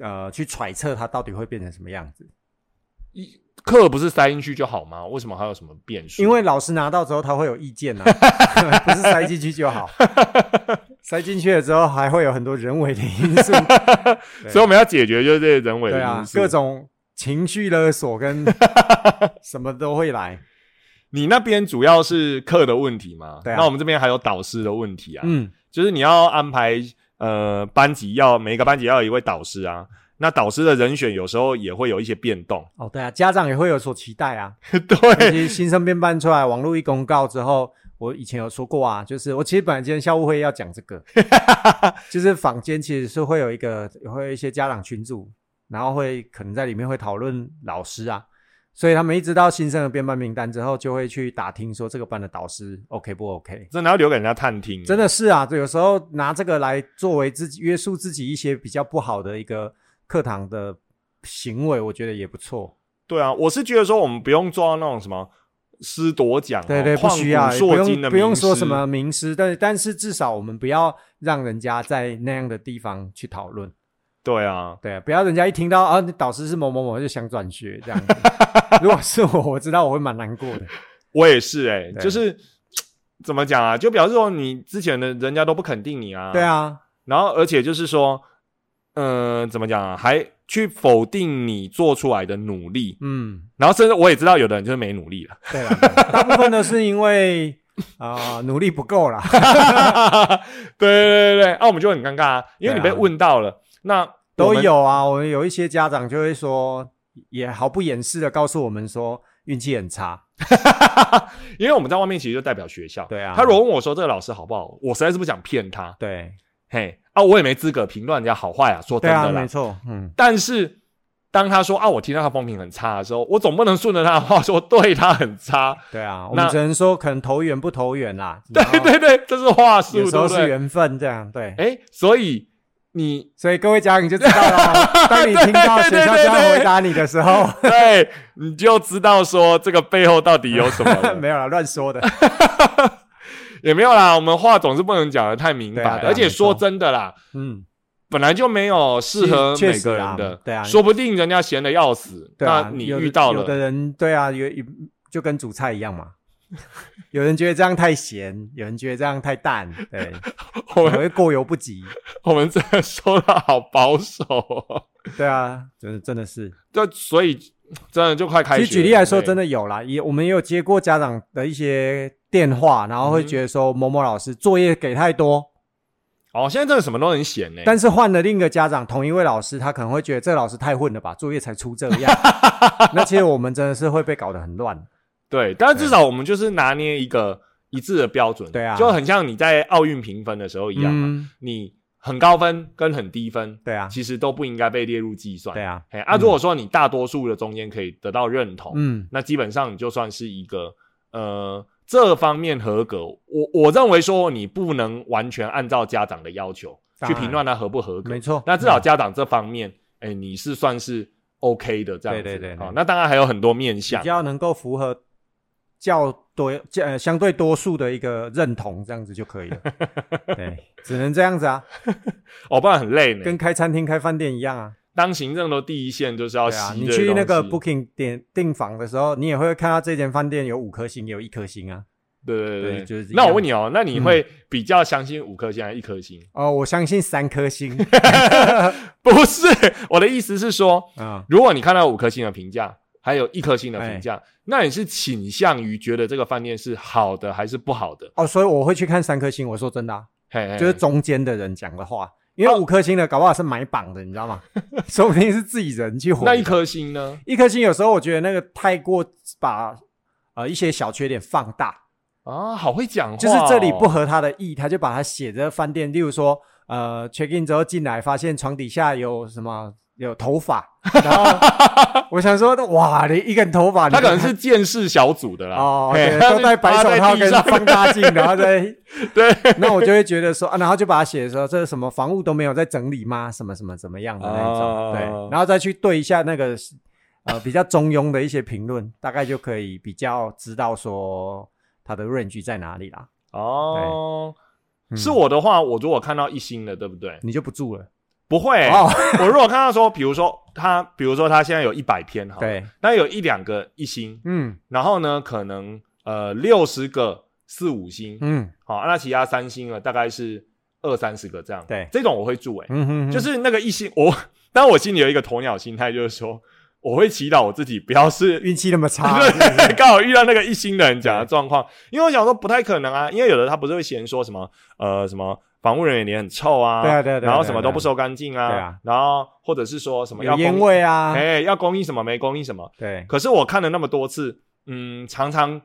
[SPEAKER 2] 呃去揣测它到底会变成什么样子。
[SPEAKER 1] 课不是塞进去就好吗？为什么还有什么变数？
[SPEAKER 2] 因为老师拿到之后他会有意见 啊，不是塞进去就 好，塞进去了之后还会有很多人为的因素，
[SPEAKER 1] 所以我们要解决就是这些人为的
[SPEAKER 2] 对
[SPEAKER 1] 因
[SPEAKER 2] 啊，
[SPEAKER 1] 素。
[SPEAKER 2] 各种情绪勒索 跟什么都会来。
[SPEAKER 1] 你那边主要是课的问题嘛？
[SPEAKER 2] 对啊
[SPEAKER 1] 那我们这边还有导师的问题啊。
[SPEAKER 2] 嗯，
[SPEAKER 1] 就是你要安排呃班级要每个班级要有一位导师啊。那导师的人选有时候也会有一些变 动，
[SPEAKER 2] 哦，对啊，家长也会有所期待啊。尤
[SPEAKER 1] 对，
[SPEAKER 2] 其新生编办出来，网络一公告之后，我以前有说过啊，就是我其实本来今天校务会要讲这个，就是坊间其实是会有一个会有一些家长群组，然后会可能在里面会讨论老师啊，所以他们一直到新生的编班名单之后，就会去打听说这个班的导师 OK 不 OK。
[SPEAKER 1] 真的要留给人家探听，
[SPEAKER 2] 真的是啊，有时候拿这个来作为自己约束自己一些比较不好的一个课堂的行为，我觉得也不错。
[SPEAKER 1] 对啊。我是觉得说我们不用做到那种什么师夺奖、哦
[SPEAKER 2] 对对，
[SPEAKER 1] 旷
[SPEAKER 2] 不需要，
[SPEAKER 1] 古
[SPEAKER 2] 也不
[SPEAKER 1] 烁金
[SPEAKER 2] 用
[SPEAKER 1] 的
[SPEAKER 2] 不用
[SPEAKER 1] 名师
[SPEAKER 2] 说什么名师，但但是至少我们不要让人家在那样的地方去讨论，
[SPEAKER 1] 对啊，
[SPEAKER 2] 对，不要人家一听到啊，你导师是某某某就想转学这样子。 如果是我，我知道我会蛮难过的。
[SPEAKER 1] 我也是哎、
[SPEAKER 2] 对
[SPEAKER 1] 就是怎么讲啊，就表示说你之前的人家都不肯定你啊，
[SPEAKER 2] 对，啊，
[SPEAKER 1] 然后而且就是说，嗯、怎么讲啊，还去否定你做出来的努力，
[SPEAKER 2] 嗯，
[SPEAKER 1] 然后甚至我也知道有的人就是没努力了，
[SPEAKER 2] 对了，大部分都是因为啊、努力不够啦，
[SPEAKER 1] 对对对对，啊，我们就很尴尬啊，因为你
[SPEAKER 2] 对
[SPEAKER 1] 被
[SPEAKER 2] 啊
[SPEAKER 1] 问到了，那 我
[SPEAKER 2] 都
[SPEAKER 1] 们
[SPEAKER 2] 有啊。我们有一些家长就会说，也毫不掩饰的告诉我们说运气很差，
[SPEAKER 1] 因为我们在外面其实就代表学校，
[SPEAKER 2] 对啊
[SPEAKER 1] 他如果问我说这个老师好不好，我实在是不想骗他，
[SPEAKER 2] 对，
[SPEAKER 1] 嘿，啊，我也没资格评论人家好坏啊，说
[SPEAKER 2] 对
[SPEAKER 1] 真
[SPEAKER 2] 啊，
[SPEAKER 1] 的啦，
[SPEAKER 2] 没错，嗯，
[SPEAKER 1] 但是当他说啊，我听到他风评很差的时候，我总不能顺着他的话说对他很 差，
[SPEAKER 2] 对啊，我
[SPEAKER 1] 那
[SPEAKER 2] 们只能说可能投缘不投缘啦，对
[SPEAKER 1] 对对对，这是话术，
[SPEAKER 2] 有时候
[SPEAKER 1] 对不
[SPEAKER 2] 是
[SPEAKER 1] 对？
[SPEAKER 2] 缘分这样，对。
[SPEAKER 1] 哎，所以你
[SPEAKER 2] 所以各位家长就知道 了，哦当你听到学校这样回答你的时候，
[SPEAKER 1] 对你就知道说这个背后到底有什么了
[SPEAKER 2] 没有啦，乱说的。
[SPEAKER 1] 也没有啦，我们话总是不能讲的太明白，
[SPEAKER 2] 对啊对啊
[SPEAKER 1] 而且
[SPEAKER 2] 没错
[SPEAKER 1] 说真的啦，
[SPEAKER 2] 嗯，
[SPEAKER 1] 本来就没有适合
[SPEAKER 2] 确
[SPEAKER 1] 每
[SPEAKER 2] 实
[SPEAKER 1] 个人
[SPEAKER 2] 啦
[SPEAKER 1] 的，
[SPEAKER 2] 对啊
[SPEAKER 1] 说不定人家闲的要死，
[SPEAKER 2] 对啊，
[SPEAKER 1] 那你
[SPEAKER 2] 有的
[SPEAKER 1] 遇到
[SPEAKER 2] 有的
[SPEAKER 1] 了，
[SPEAKER 2] 人，对啊，有有就跟煮菜一样嘛。 有人觉得这样太咸，有人觉得这样太淡，对，
[SPEAKER 1] 我
[SPEAKER 2] 我
[SPEAKER 1] 们
[SPEAKER 2] 会过犹不及。
[SPEAKER 1] 我们真的说的好保守、 哦，
[SPEAKER 2] 对啊，真的真的是。
[SPEAKER 1] 就所以真的就快开学
[SPEAKER 2] 其
[SPEAKER 1] 了。
[SPEAKER 2] 实举例来说，
[SPEAKER 1] 对
[SPEAKER 2] 真的有啦，也我们也有接过家长的一些电话，然后
[SPEAKER 1] 嗯
[SPEAKER 2] 会觉得说某某老师作业给太多，
[SPEAKER 1] 哦，现在真的什么都很闲呢、
[SPEAKER 2] 但是换了另一个家长，同一位老师，他可能会觉得这老师太混了吧，作业才出这 样。那其实我们真的是会被搞得很乱。
[SPEAKER 1] 对，但是至少我们就是拿捏一个一致的标准，
[SPEAKER 2] 对啊
[SPEAKER 1] 就很像你在奥运评分的时候一样嘛，
[SPEAKER 2] 嗯，
[SPEAKER 1] 你很高分跟很低分，
[SPEAKER 2] 对 啊，
[SPEAKER 1] 其实都不应该被列入计算。
[SPEAKER 2] 对啊，
[SPEAKER 1] 嘿啊，
[SPEAKER 2] 嗯
[SPEAKER 1] 如果说你大多数的中间可以得到认同，
[SPEAKER 2] 嗯，
[SPEAKER 1] 那基本上你就算是一个呃这方面合格。我我认为说你不能完全按照家长的要求
[SPEAKER 2] 当
[SPEAKER 1] 去
[SPEAKER 2] 然
[SPEAKER 1] 评断他合不合格
[SPEAKER 2] 没，嗯错。
[SPEAKER 1] 那至少家长这方面，哎、你是算是 OK 的这样子。
[SPEAKER 2] 对对对对
[SPEAKER 1] 好、那当然还有很多面
[SPEAKER 2] 比
[SPEAKER 1] 向。
[SPEAKER 2] 较能够符合较多较呃相对多数的一个认同，这样子就可以 了。对，只能这样子啊，
[SPEAKER 1] 哦，不然很累呢。
[SPEAKER 2] 跟开餐厅、开饭店一样啊。
[SPEAKER 1] 当行政的第一线就是要
[SPEAKER 2] 对啊，
[SPEAKER 1] 吸
[SPEAKER 2] 你
[SPEAKER 1] 这些
[SPEAKER 2] 去那个
[SPEAKER 1] 东西
[SPEAKER 2] Booking 点订房的时候，你也会看到这间饭店有五颗星，有一颗星啊。
[SPEAKER 1] 对对对
[SPEAKER 2] 对就是这
[SPEAKER 1] 那
[SPEAKER 2] 样嗯
[SPEAKER 1] 我问你哦，那你会比较相信五颗星还是一颗星？
[SPEAKER 2] 哦，我相信三颗 星
[SPEAKER 1] 不是，我的意思是说，
[SPEAKER 2] 啊。
[SPEAKER 1] 如果你看到五颗星的评价，还有一颗星的评价，
[SPEAKER 2] 哎
[SPEAKER 1] 那你是倾向于觉得这个饭店是好的还是不好的？
[SPEAKER 2] 哦，所以我会去看三颗星。我说真的、啊，
[SPEAKER 1] 嘿嘿
[SPEAKER 2] 就是中间的人讲的话，因
[SPEAKER 1] 哦
[SPEAKER 2] 为五颗星的搞不好是买榜的，你知道吗？ 说不定是自己人去火。
[SPEAKER 1] 那一颗星呢？
[SPEAKER 2] 一颗星有时候我觉得那个太过把呃一些小缺点放大，
[SPEAKER 1] 啊，好会讲话、哦，
[SPEAKER 2] 就是这里不合他的意，他就把它写着饭店，例如说呃 check in 之后进来发现床底下有什么有头发，然后 我想说哇，你一根头发，你
[SPEAKER 1] 他可能是见识小组的啦。
[SPEAKER 2] 哦，
[SPEAKER 1] 嘿
[SPEAKER 2] 对，
[SPEAKER 1] 他是
[SPEAKER 2] 都戴白
[SPEAKER 1] 趴
[SPEAKER 2] 手
[SPEAKER 1] 在
[SPEAKER 2] 套
[SPEAKER 1] 地
[SPEAKER 2] 跟
[SPEAKER 1] 上
[SPEAKER 2] 放大镜，然后再
[SPEAKER 1] 对，
[SPEAKER 2] 那我就会觉得说啊，然后就把它写说这是什么房屋都没有在整理吗？什么什么怎么样的那一
[SPEAKER 1] 哦
[SPEAKER 2] 种，对，然后再去对一下那个呃比较中庸的一些评论，大概就可以比较知道说它的 range 在哪里啦。
[SPEAKER 1] 哦，
[SPEAKER 2] 嗯
[SPEAKER 1] 嗯是我的话，我如果看到一星的，对不对？
[SPEAKER 2] 你就不住了，
[SPEAKER 1] 不会。
[SPEAKER 2] 嗯哦，
[SPEAKER 1] 我如果看到说，比如说他，比如说他现在有一百篇哈，，
[SPEAKER 2] 对，
[SPEAKER 1] 那有一两个一星，
[SPEAKER 2] 嗯
[SPEAKER 1] 然后呢，可能呃六十个四五星，
[SPEAKER 2] 嗯
[SPEAKER 1] 好、啊那其他三星了，大概是二三十个这样。
[SPEAKER 2] 对
[SPEAKER 1] 这种我会注诶、
[SPEAKER 2] 嗯哼，
[SPEAKER 1] 就是那个一星，我但我心里有一个鸵鸟心态，就是说我会祈祷我自己不要是。
[SPEAKER 2] 运气那么 差，
[SPEAKER 1] 对，刚好遇到那个一星的人讲的状况，因为我想说不太可能啊，因为有的他不是会嫌说什么呃什么防务人员脸很臭啊，
[SPEAKER 2] 对啊对啊对啊
[SPEAKER 1] 然后什么
[SPEAKER 2] 对啊
[SPEAKER 1] 都不收干净啊，
[SPEAKER 2] 对啊
[SPEAKER 1] 然后或者是说什么要
[SPEAKER 2] 有烟
[SPEAKER 1] 供，
[SPEAKER 2] 味啊，
[SPEAKER 1] 哎、要供应什么没供应什么，
[SPEAKER 2] 对
[SPEAKER 1] 可是我看了那么多次，嗯，常常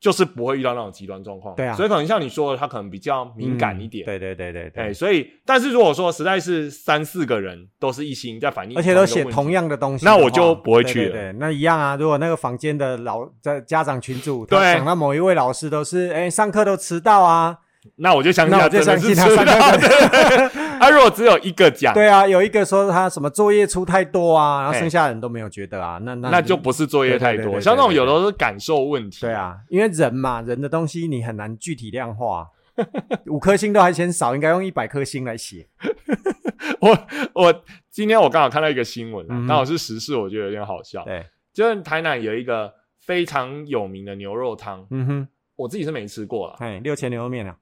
[SPEAKER 1] 就是不会遇到那种极端状况。
[SPEAKER 2] 对啊
[SPEAKER 1] 所以可能像你说的，他可能比较敏感一点。
[SPEAKER 2] 嗯对对对对
[SPEAKER 1] 哎、
[SPEAKER 2] 对，
[SPEAKER 1] 所以但是如果说实在是三四个人都是一心在反映，
[SPEAKER 2] 而且都写同
[SPEAKER 1] 样。
[SPEAKER 2] 样的东西的
[SPEAKER 1] 那
[SPEAKER 2] 话，
[SPEAKER 1] 我就不会去
[SPEAKER 2] 对对对，那一样啊。如果那个房间的老在家长群组，他
[SPEAKER 1] 对
[SPEAKER 2] 想到某一位老师都是，哎，上课都迟到啊，
[SPEAKER 1] 那我就相信
[SPEAKER 2] 那
[SPEAKER 1] 他
[SPEAKER 2] 我就
[SPEAKER 1] 真的是
[SPEAKER 2] 相信
[SPEAKER 1] 知
[SPEAKER 2] 他
[SPEAKER 1] 道的。 啊，如果只有一个讲，
[SPEAKER 2] 对啊，有一个说他什么作业出太多啊，然后剩下的人都没有觉得啊，那那
[SPEAKER 1] 哎那就不是作业太
[SPEAKER 2] 对对对
[SPEAKER 1] 多。
[SPEAKER 2] 对
[SPEAKER 1] 像那种有的都是感受问题。
[SPEAKER 2] 对，啊，因为人嘛，人的东西你很难具体量化。 五颗星都还嫌少，应该用一百颗星来写。
[SPEAKER 1] 我我今天我刚好看到一个新闻啊，
[SPEAKER 2] 嗯
[SPEAKER 1] 刚好是时事，我觉得有点好笑。
[SPEAKER 2] 对，
[SPEAKER 1] 就是台南有一个非常有名的牛肉汤，
[SPEAKER 2] 嗯哼，
[SPEAKER 1] 我自己是没吃过啦。
[SPEAKER 2] 哎，六千牛肉面啊，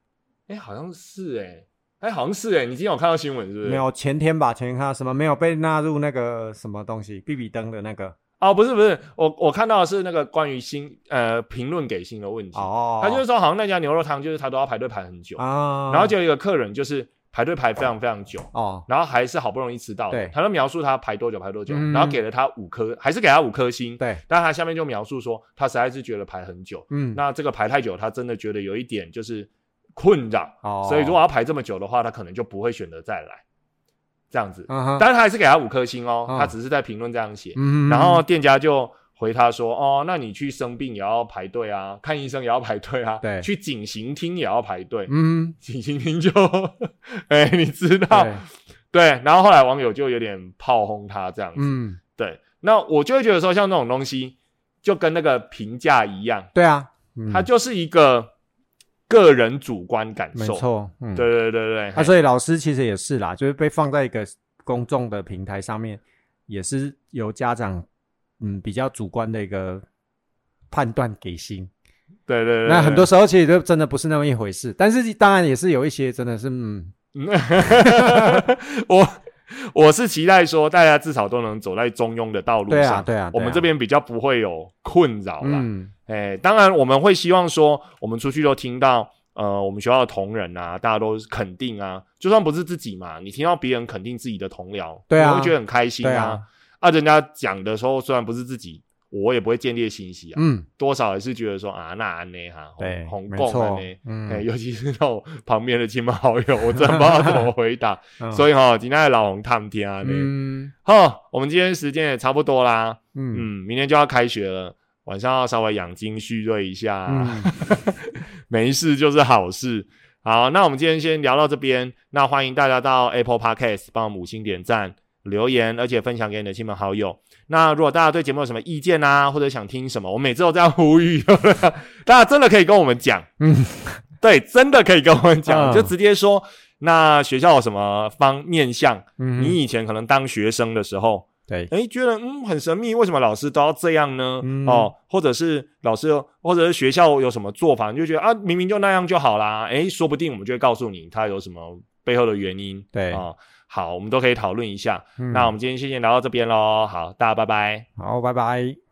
[SPEAKER 1] 哎、好像是哎、哎、好像是哎、你今天有看到新闻是不是？
[SPEAKER 2] 没有前天吧？前天看到什么没有被纳入那个什么东西，比比登的那个
[SPEAKER 1] 哦，不是不是，我我看到的是那个关于新呃评论给星的问题，
[SPEAKER 2] 哦，
[SPEAKER 1] 他就是说好像那家牛肉汤就是他都要排队排很久，
[SPEAKER 2] 啊，
[SPEAKER 1] 然后就有一个客人就是排队排非常非常久。
[SPEAKER 2] 哦，
[SPEAKER 1] 然后还是好不容易吃到的
[SPEAKER 2] 对
[SPEAKER 1] 他就描述他排多久排多久，
[SPEAKER 2] 嗯
[SPEAKER 1] 然后给了他五颗，还是给他五颗星，
[SPEAKER 2] 对，
[SPEAKER 1] 但他下面就描述说他实在是觉得排很久，
[SPEAKER 2] 嗯，
[SPEAKER 1] 那这个排太久，他真的觉得有一点就是困扰，
[SPEAKER 2] 哦，
[SPEAKER 1] 所以如果要排这么久的话，他可能就不会选择再来这样子。
[SPEAKER 2] 嗯哼，
[SPEAKER 1] 但是他还是给他五颗星哦，
[SPEAKER 2] 嗯
[SPEAKER 1] 他只是在评论这样写。
[SPEAKER 2] 嗯，
[SPEAKER 1] 然后店家就回他说：“哦，那你去生病也要排队啊，看医生也要排队啊，
[SPEAKER 2] 对
[SPEAKER 1] 去警行厅也要排队。
[SPEAKER 2] 嗯，
[SPEAKER 1] 警行厅就， 哎，你知道
[SPEAKER 2] 对，
[SPEAKER 1] 对。然后后来网友就有点炮轰他这样子。
[SPEAKER 2] 嗯，
[SPEAKER 1] 对，那我就会觉得说，像那种东西，就跟那个评价一样，
[SPEAKER 2] 对啊，嗯
[SPEAKER 1] 它就是一个个人主观感
[SPEAKER 2] 没
[SPEAKER 1] 受。
[SPEAKER 2] 错，嗯，
[SPEAKER 1] 对对对对，
[SPEAKER 2] 啊，所以老师其实也是啦，就是被放在一个公众的平台上面，也是由家长嗯比较主观的一个判断给星。
[SPEAKER 1] 对对对，对
[SPEAKER 2] 那很多时候其实就真的不是那么一回事，但是当然也是有一些真的是嗯，
[SPEAKER 1] 我我是期待说，大家至少都能走在中庸的道路
[SPEAKER 2] 对啊
[SPEAKER 1] 上。
[SPEAKER 2] 对啊，
[SPEAKER 1] 我
[SPEAKER 2] 对
[SPEAKER 1] 们
[SPEAKER 2] 啊
[SPEAKER 1] 这边比较不会有困扰啦。
[SPEAKER 2] 嗯
[SPEAKER 1] 哎、当然我们会希望说，我们出去都听到，呃，我们学校的同仁啊，大家都是肯定啊，就算不是自己嘛，你听到别人肯定自己的同僚，
[SPEAKER 2] 对啊
[SPEAKER 1] 你会觉得很开心
[SPEAKER 2] 对
[SPEAKER 1] 啊
[SPEAKER 2] 啊。
[SPEAKER 1] 啊，人家讲的时候虽然不是自己，我也不会建立信息啊，
[SPEAKER 2] 嗯
[SPEAKER 1] 多少也是觉得说啊，那安呢哈，
[SPEAKER 2] 对，
[SPEAKER 1] 红
[SPEAKER 2] 没
[SPEAKER 1] 共安
[SPEAKER 2] 错
[SPEAKER 1] 呢。，哎、
[SPEAKER 2] 嗯，
[SPEAKER 1] 尤其是那种旁边的亲朋好友，我真的不知 道怎么回答。所
[SPEAKER 2] 以
[SPEAKER 1] 以哈、今天的老红探天啊，嗯，
[SPEAKER 2] 嗯
[SPEAKER 1] 好，我们今天时间也差不多啦，
[SPEAKER 2] 嗯
[SPEAKER 1] 嗯，明天就要开学了，晚上要稍微养精蓄锐一下，
[SPEAKER 2] 嗯，
[SPEAKER 1] 没事就是好事。好，那我们今天先聊到这边，那欢迎大家到 Apple Podcast 帮我们五星点赞、留言，而且分享给你的亲朋好友。那如果大家对节目有什么意见啊，或者想听什么，我每次都这样呼吁， 大家真的可以跟我们讲，
[SPEAKER 2] 嗯，
[SPEAKER 1] 对，真的可以跟我们讲，
[SPEAKER 2] 嗯
[SPEAKER 1] 就直接说。那学校有什么方面向？
[SPEAKER 2] 嗯
[SPEAKER 1] 你以前可能当学生的时候，
[SPEAKER 2] 对，
[SPEAKER 1] 哎，觉得嗯很神秘，为什么老师都要这样呢？
[SPEAKER 2] 嗯
[SPEAKER 1] 哦，或者是老师或者是学校有什么做法，你就觉得啊明明就那样就好啦。哎，说不定我们就会告诉你他有什么背后的原因。
[SPEAKER 2] 对
[SPEAKER 1] 哦，好，我们都可以讨论一下。
[SPEAKER 2] 嗯
[SPEAKER 1] 那我们今天先先聊到这边喽，好，大家拜拜。
[SPEAKER 2] 好，拜拜。